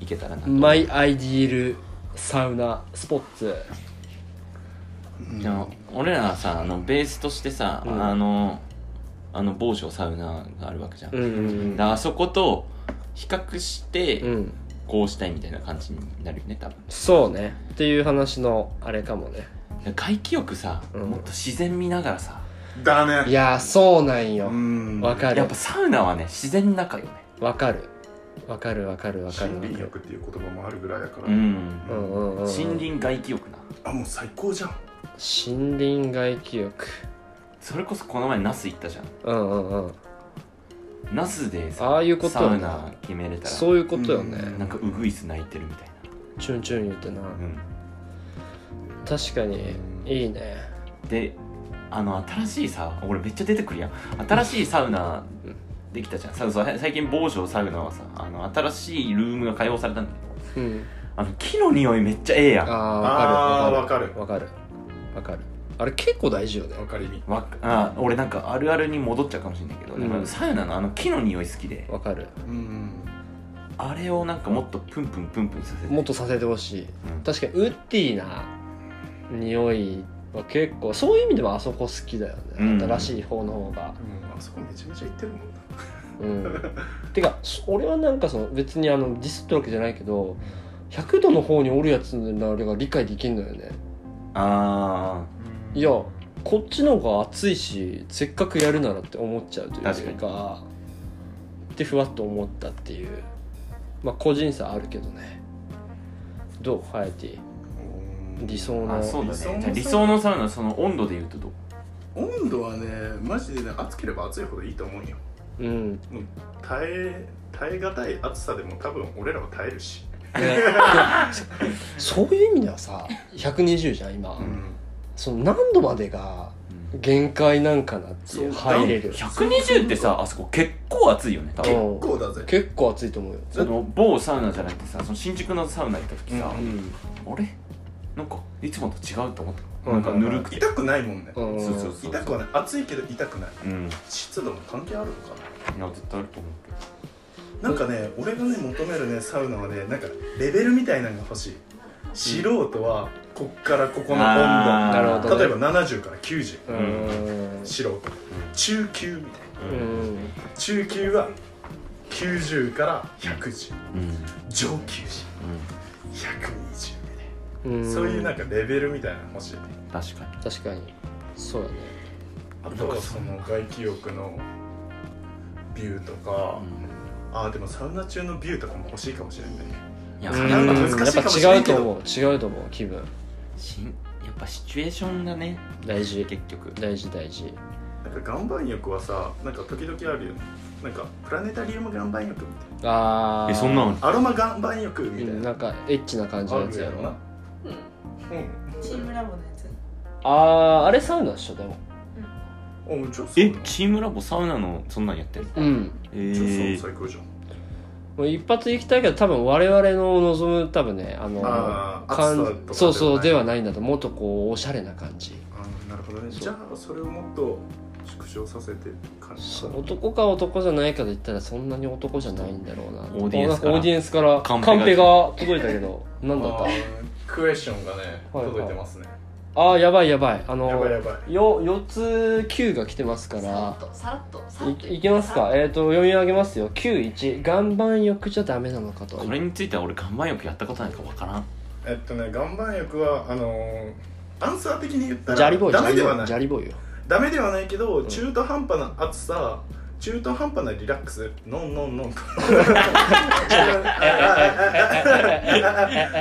S1: いけたらなと
S2: マイアイディールサウナスポッツ
S1: でも俺らはさあのベースとしてさ、
S2: うん
S1: あのあの某所サウナがあるわけじゃん、
S2: うんうん
S1: であそこと比較して、
S2: うんうん
S1: こうしたいみたいな感じになるよね多分
S2: そうねっていう話のあれかもね
S1: 外気浴さ、
S2: うん
S1: もっと自然見ながらさ
S3: だ
S2: い
S3: ね
S2: やーそうなんよ
S3: うん
S2: わか
S1: やっ
S2: る
S1: ぱサウナはね自然の中よね
S2: わかるわかるわかるわかるわ
S3: 森
S2: か
S3: 林
S2: る
S3: 浴っていう言葉もあるぐらいだから、
S1: うん
S2: うんうんうんうん
S1: 森林外気浴な
S3: あもう最高じゃん
S2: 森林外気浴
S1: それこそこの前ナス行ったじゃん
S2: うんうんうん
S1: ナスでさ
S2: ああいうこと
S1: サウナ決めれたら
S2: そういうことよね、
S3: うん
S1: なんかウグイス泣いてるみたい
S2: チュンチュン言ってな、
S1: な、うん、
S2: 確かにいいね
S1: であの新しいさ俺めっちゃ出てくるやん新しいサウナできたじゃんそうそう最近某所サウナはさあの新しいルームが開放されたんだけど
S2: うん
S1: あの木の匂いめっちゃええやん
S2: ああわ
S3: ー
S2: か
S3: かる
S2: るわかるわかるあれ結構大事よね
S3: わかりみ
S1: わあ俺なんかあるあるに戻っちゃうかもしれないけど、で
S2: う
S1: も
S2: ん
S1: サウナのあの木の匂い好きで
S2: わかる
S3: うん
S1: あれをなんかもっとプンプンプンプンさせて
S2: もっとさせてほしい
S1: うん
S2: 確かにウッディな匂いは結構そういう意味ではあそこ好きだよね、
S1: うん
S2: 新しい方の方が
S3: うんあそこめちゃめちゃ行ってるもんな
S2: うん
S1: (laughs)
S2: てかそ俺はなんかその別にあのディスってるわけじゃないけど100度の方におるやつのあれが理解できんのよね
S1: あ
S2: いやこっちの方が暑いしせっかくやるならって思っちゃうというか
S1: 確
S2: でふわっと思ったっていうまあ個人差あるけどねどうハヤティ理想
S1: あそ
S2: の
S1: うだね
S3: 理想の
S1: じゃあ理想のサウナその温度で言うとどこ
S3: 温度はねマジでね暑ければ暑いほどいいと思うよ
S2: うん
S3: 耐え耐え難い暑さでも多分俺らは耐えるし、
S2: (laughs) そういう意味ではさ120じゃん今、
S3: うん、
S2: その何度までが限界なんかなっていう
S3: そう
S2: 入れる
S1: 120ってさあそこ結構暑いよね多分
S2: うん
S3: こうだぜ
S2: 結構暑いと思うよ
S1: その某サウナじゃなくてさその新宿のサウナ行った時さ、
S2: うん
S1: あれなんかいつもと違うと思った、
S2: うん
S1: なんかぬるくて、
S3: 痛くないもんね
S2: うん
S1: そうそうそう
S3: 痛くはない暑いけど痛くない
S1: うんい
S3: 湿度も関係あるのか
S1: や絶対あると思うけど
S3: ななんかね俺がね求めるねサウナはねなんかレベルみたいなのが欲しい素人はこっからここの
S1: あー
S2: なるほ
S3: 温
S2: ど
S3: 度
S2: ね
S3: 例えば70から90
S2: う
S1: うん
S2: ん
S3: 素人中級みたい
S2: うん
S3: な中級は90から110
S1: うんうん
S3: 上級者120
S2: うん
S3: そういうなんかレベルみたいなの欲しいね
S1: 確かに
S2: 確かにそうだね
S3: あとはその外気浴のビューとか、ああでもサウナ中のビューとかも欲しいかもしれないね
S1: いや
S2: うん
S1: やっぱ
S3: 難しいかもし
S2: や
S3: れ
S2: っ
S3: ん
S2: ぱ
S3: け
S2: 違う
S3: ど
S2: と思う違うと思う気分
S1: しやっぱシチュエーションがね
S2: 大事
S1: 結局
S2: 大事大事
S3: なんか岩盤浴はさなんか時々あるよねなんかプラネタリウム岩盤浴みたい
S2: ああ
S1: えそんなの
S3: なアロマ岩盤浴みたいな、
S2: なんかエッチな感じの
S3: あ
S2: や
S3: る
S2: つや
S3: や
S2: ろ
S3: ろな
S4: チームラボのやつ
S2: あああれサウナでしょでも
S3: うんおちょっと
S1: えチームラボサウナのそんなんやってる
S2: うん
S1: え
S3: ちょ
S1: ー、
S3: 最高じゃん
S2: もう一発行きたいけど多分我々の望む多分ねあの
S3: あー
S2: 感
S3: 暑さとかではない
S2: そうそうではないんだともっとこうおしゃれな感じ
S3: あーなるほどね
S2: そう
S3: じゃあそれをもっと縮小させて感じ
S2: そう男か男じゃないかで言ったらそんなに男じゃないんだろうな
S1: オーディエンスから
S2: オーディエンスからカ
S1: カ
S2: ン
S1: ン
S2: ペ
S1: ペ
S2: が届いたけど何だっ
S3: あ
S2: た
S3: ークエスチョンがね
S2: はいはい
S3: 届いてますね、
S2: ああやばいやばいあの
S3: やばいやばい
S2: よ4つ9が来てますか
S4: さら
S2: ら
S4: っとさらっとさらっと
S2: いいきますかえっ、と読み上げますよ91岩盤浴じゃダメなのかと
S1: これについては俺岩盤浴やったことないから分からん
S3: えっとね岩盤浴はあのーアンサー的に言った
S2: ジャ
S3: ら
S2: リボーイ
S3: ダメ
S2: ジ
S3: で
S2: ャリボ
S3: は
S2: ーイ
S3: な
S2: ジャ
S3: い
S2: リボーイよ
S3: ダメではないけど、中途半端な暑さ中途半端なリラックスノンノンノ (laughs) ン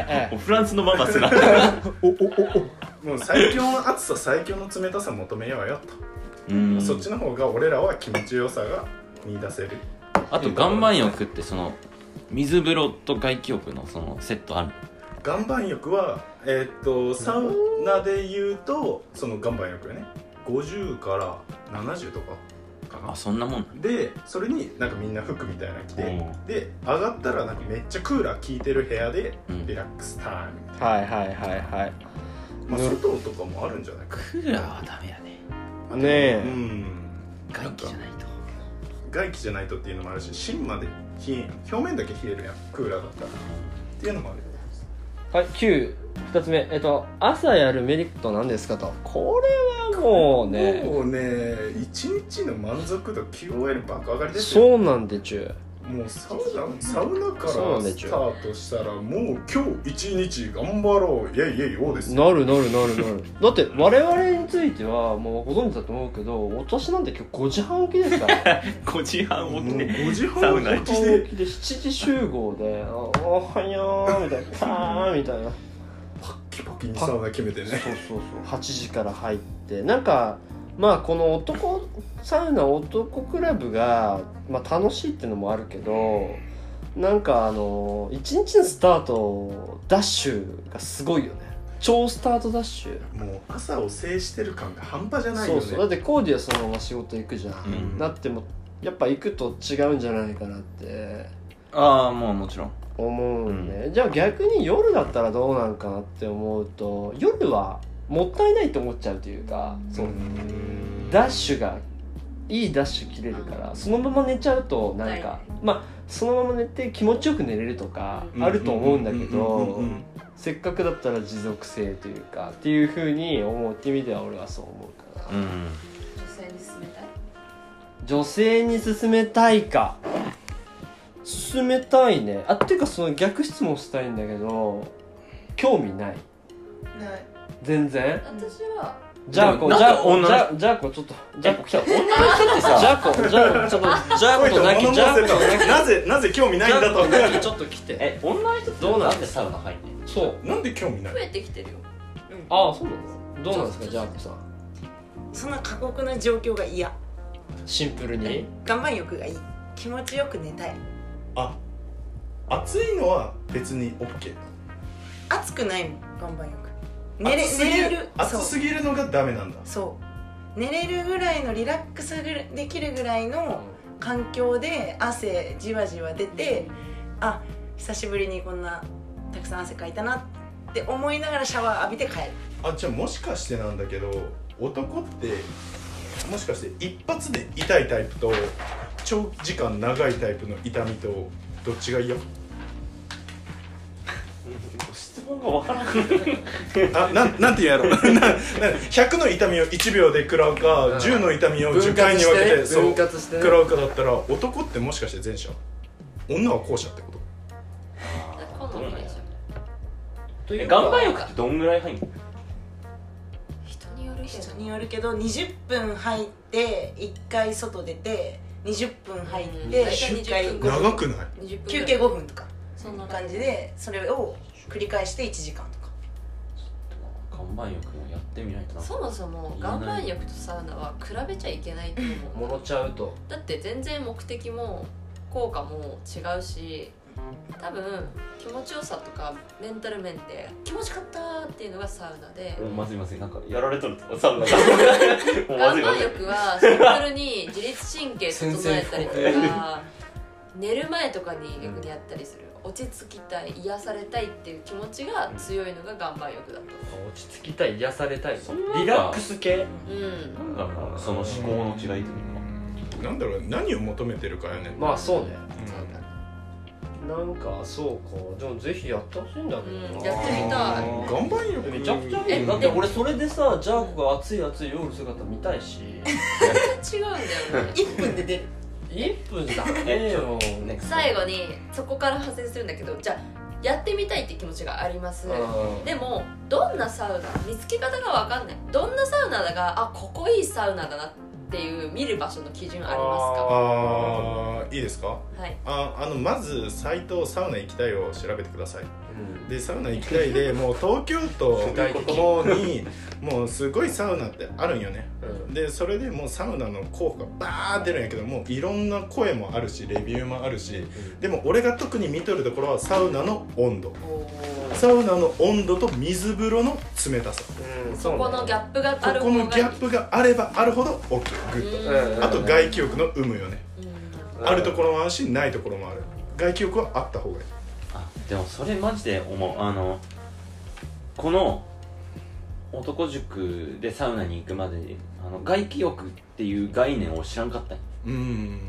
S2: え
S1: フランスのママ
S2: (laughs)
S1: すな
S3: もう最強の暑さ最強の冷たさ求めようよ
S1: うん
S3: とそっちの方が俺らは気持ちよさが見出せる
S1: あと岩盤浴ってその水風呂と外気浴のそのセットある
S3: 岩盤浴はえーっとサウナで言うとその岩盤浴よね50から70とかかな
S1: あそんなもんな
S3: でそれになんかみんな服みたいなの着て、
S1: うん
S3: で上がったらなんかめっちゃクーラー効いてる部屋で
S1: うん
S3: リラックスタイムみた
S2: は
S3: い
S2: いはいはいはい
S3: な、まあ、外とかもあるんじゃないか
S1: クーラーはダメやね
S2: ねえ
S3: うん
S1: 外気じゃないと
S3: 外気じゃないとっていうのもあるし芯まで冷えん表面だけ冷えるやんクーラーだったらっていうのもある
S2: はい、9、2つ目、えっと、朝やるメリットなんですかと、これはもうね、
S3: もうね一日の満足度 QOL 爆上がりですよ
S2: そうなんでちゅ
S3: もうサウナサウナからス
S2: そうでちゅ
S3: タートしたらもう今日一日頑張ろうイェイイェイオーです
S2: う、
S3: よ
S2: なるなるなるなる、だって、我々については、もうご存知だと思うけど、私なんて今日5時半起きですから、
S1: 5時半
S3: もう
S1: 起きて
S3: 5時
S1: サウ
S3: 半
S1: ナ行
S3: 起
S1: っ
S2: 起
S3: きて
S2: きで7時集合で、あおはようみたいな、パーンみたいな、
S3: パッキパキにサウナ決めてね
S2: そうそうそう、8時から入って、なんか、まあこの男サウナ男クラブが、まあ、楽しいってのもあるけどなんかあの一日のスタートダッシュがすごいよね超スタートダッシュ
S3: もう朝を制してる感が半端じゃないよ
S2: そうそ
S3: ね
S2: うだってコーディはそのまま仕事行くじゃん、
S1: うん
S2: だってもうやっぱ行くと違うんじゃないかなって
S1: ああもうもちろん
S2: 思うね、じゃあ逆に夜だったらどうなんかなって思うと夜はもったいないと思っちゃうというかそうダッシュがいいダッシュ切れるからそのまま寝ちゃうとなんか
S4: は
S2: まあそのまま寝て気持ちよく寝れるとかあると思うんだけ
S3: うんうんう
S2: ど
S3: んうん
S2: せっかくだったら持続性というかっていうふうに思うっていう意味では俺はそう思うかな、
S1: うん
S4: 女性に勧
S2: 女性に勧め
S4: めたい
S2: たいか勧めたいねあっていうかその逆質問したいんだけど興味ない
S4: ない
S2: 全然
S4: 私は
S2: じゃあこ
S1: で
S2: じ
S1: も
S2: ゃあ
S1: なんで
S2: こじ
S1: 女の
S2: ゃあじゃあこちょっとじゃあこ来た女の人ってさじゃ (laughs) あこじゃあちょっとじゃあことなきじゃあことなき
S3: なぜなぜ興味ないんだと
S2: ちょっと来て
S1: え女の人
S2: どうなん
S1: サウナ入んね
S2: そう
S3: なんで興味ない
S4: 増えてきてるよ
S2: ああそうなんですどうなんですかジャーコさん
S5: そんな過酷な状況が嫌
S2: シンプルに
S5: 岩盤浴がいい気持ちよく寝たい
S3: あ暑いのは別に OK
S5: 暑くないもん岩盤浴寝れ
S3: 暑すぎ
S5: 寝れる
S3: 暑
S5: そう
S3: すぎるのがダメなんだ
S5: そう寝れるぐらいのリラックスぐるできるぐらいの環境で汗じわじわ出て、あ久しぶりにこんなたくさん汗かいたなって思いながらシャワー浴びて帰る
S3: あじゃあもしかしてなんだけど男ってもしかして一発で痛いタイプと長時間長いタイプの痛みとどっちが嫌
S1: 質問がわからん
S3: あなんなんて言うんやろ (laughs) なな100の痛みを1秒で食らうか、
S2: うん
S3: 10の痛みを
S2: 分
S3: 10回
S2: 割
S3: に
S2: し
S3: 分け
S2: て
S3: て
S2: ね
S3: そう
S2: 分割してね
S3: 食らうかだったら男ってもしかして前者女は後者ってこと
S4: 今度の会社
S2: というか
S1: 岩盤浴ってどんぐらい入んの
S4: 人によるけど
S5: 人によるけど20分入って1回外出て20分入っ
S4: うん
S5: て
S4: 大体
S5: 1回
S4: 20分
S3: 長くない
S4: 20分
S5: 休憩5分とか
S4: そんな
S5: の
S4: 感
S5: 感
S4: じ
S5: じでそれを繰り返して1時間とか
S1: 岩盤浴もやってみないとな
S4: そもそも岩盤浴とサウナは比べちゃいけないと思う
S2: 物ちゃうと
S4: だって全然目的も効果も違うし多分気持ちよさとかメンタル面って気持ちかったっていうのがサウナで
S1: うんまずいまずいなんかやられとると (laughs) サウナがもうま
S4: 岩
S1: ずいま
S4: 盤
S1: ずい
S4: 浴はシンプルに自律神経整えたりとか寝る前とかに逆にやったりする落ち着きたい癒されたいっていう気持ちが強いのが岩盤浴だと
S2: 落ち着きたい癒されたい
S1: そんなか
S2: リラックス系
S4: うん
S1: なんだろうなその思考の違いというか
S3: なんだろうね何を求めてるかよね、
S2: まあそうね
S3: う
S2: なんかそうかでもぜひやってほしいんだけどな、
S4: うんやってみたい
S3: ん岩盤浴
S2: めちゃくちゃいい
S4: え
S2: よだって俺それでさジャークが熱い熱い夜姿見たいし (laughs)
S4: 違うんだよ
S1: (laughs)
S4: ね
S5: 1分で出る
S2: 1分だけよね
S4: 最後にそこから派生するんだけどじゃあやってみたいって気持ちがありますでもどんなサウナ見つけ方がわかんないどんなサウナだがあここいいサウナだなっていう見る場所の基準ありま
S3: あーいいですか
S4: すかはい
S3: ああのまずサイトサウナ行きたいを調べてくださいでサウナ行きたい
S2: (laughs)
S3: でもう東京都の方にもうすごいサウナってあるんよねでそれでもうサウナの効果バーって出るんやけどもういろんな声もあるしレビューもあるしでも俺が特に見とるところはサウナの温度
S4: おー
S3: サウナの温度と水風呂の冷たさ
S4: そこのギャップが
S3: こ
S4: ある
S3: こ
S4: 方がいい
S3: のギャップがあればあるほど OK グッ
S4: うん
S3: ドあと外気浴の有無よね
S4: うん
S3: あるところもあるしないところもある外気浴はあった方がいい
S1: あでもそれマジで思うあのこの男塾でサウナに行くまでにあの外気浴っていう概念を知らんかったんよ
S3: うーん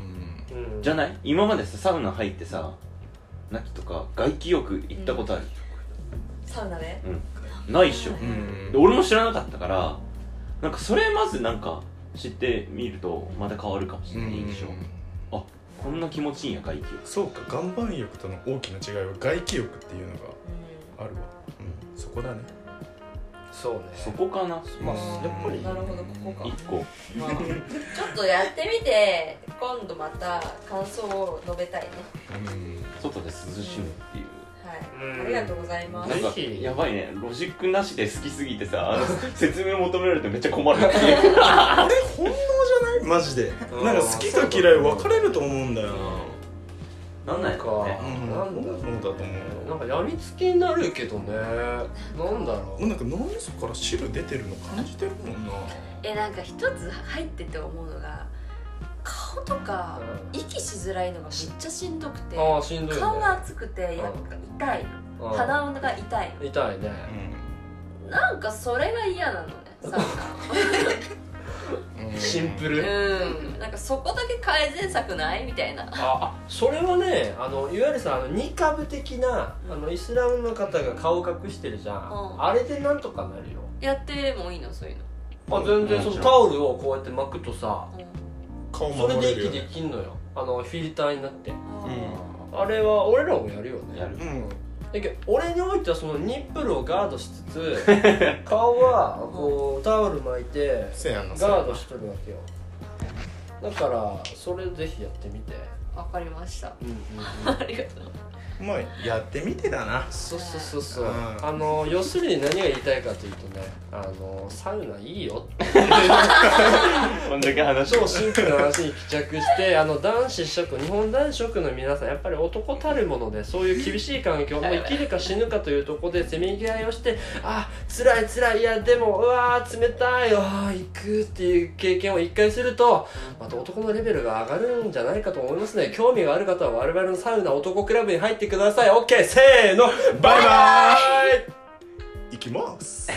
S1: じゃない今までさサウナ入ってさナキとか外気浴行ったことある、
S4: サウナね
S1: ないっしょ
S4: う
S3: うん
S1: で俺も知らなかったからなんかそれまずなんか知ってみるとまた変わるかもしれない印象こんな気持ちいいんや外気浴
S3: そうか岩盤浴との大きな違いは外気浴っていうのがあるわ、うん、そこだね
S2: そうね
S1: そこかな
S3: まあ
S4: うん
S3: やっぱり
S4: なるほどここか
S1: 一個
S4: まあ、ちょっとやってみて今度また感想を述べたいね
S3: うん
S1: 外で涼しむっていう
S4: は
S2: う
S4: い
S2: ん
S4: ありがとうございます
S1: なんか
S2: ぜひ
S1: やばいねロジックなしで好きすぎてさあの説明求められてめっちゃ困るっていう
S3: あれ本能じゃないマジで
S2: うん
S3: なんか好きか嫌い分かれると思うんだよ
S1: なんなんやろうね
S3: うん
S2: なんだろう
S3: そうだと思
S2: なんかやみつきになるけどねなんだろ
S3: うも
S2: う
S3: うなんか脳みそから汁出てるの感じてるもんな
S4: えなんか一つ入ってて思うのが顔とか息しづらいのがめっちゃしんどくて
S2: ああしんどいね
S4: 顔が熱くてやっぱ痛い
S2: うん
S4: 鼻が痛い
S2: 痛いね
S4: なんかそれが嫌
S2: (laughs)
S4: なのねサウナ
S2: シンプル
S4: うんなんかそこだけ改善策ないみたいな
S2: ああそれはねあのいわゆるさあのニカブ的なあのイスラムの方が顔隠してるじゃん、
S4: うん
S2: あれでなんとかなるよ
S4: やってもいいのそういうの、
S2: あ全然そ
S1: もち
S2: の
S1: ろん
S2: タオルをこうやって巻くとさ
S4: うん
S3: 顔
S2: それ
S3: 守
S2: で
S3: れる
S2: 息
S3: よ
S2: で
S3: ね
S2: きんのよあのフィルターになって
S4: あ
S2: あれは俺らもやるよね
S1: やる
S3: うん
S2: だけど俺においてはそのニップルをガードしつつ (laughs) 顔はこうタオル巻いて
S3: せやんな
S2: ガードしとるわけよだからそれぜひやってみて
S4: ーわかりました (laughs)
S2: うんうんうん
S4: ありがとう
S3: もうやってみてだな
S2: そうそうそうそう
S3: うん
S2: あの要するに何が言いたいかというとねあのサウナいいよって
S1: こんだけ話
S2: 超シンプルな話に帰着してあの男子諸君日本男子諸君の皆さんやっぱり男たるものでそういう厳しい環境もう生きるか死ぬかというところでせめぎ合いをしてあ辛い辛いいやでもうわー冷たいあー行くっていう経験を一回するとまた男のレベルが上がるんじゃないかと思いますね興味がある方は我々のサウナ男クラブに入ってください OK せーのバイバーイ
S3: いきます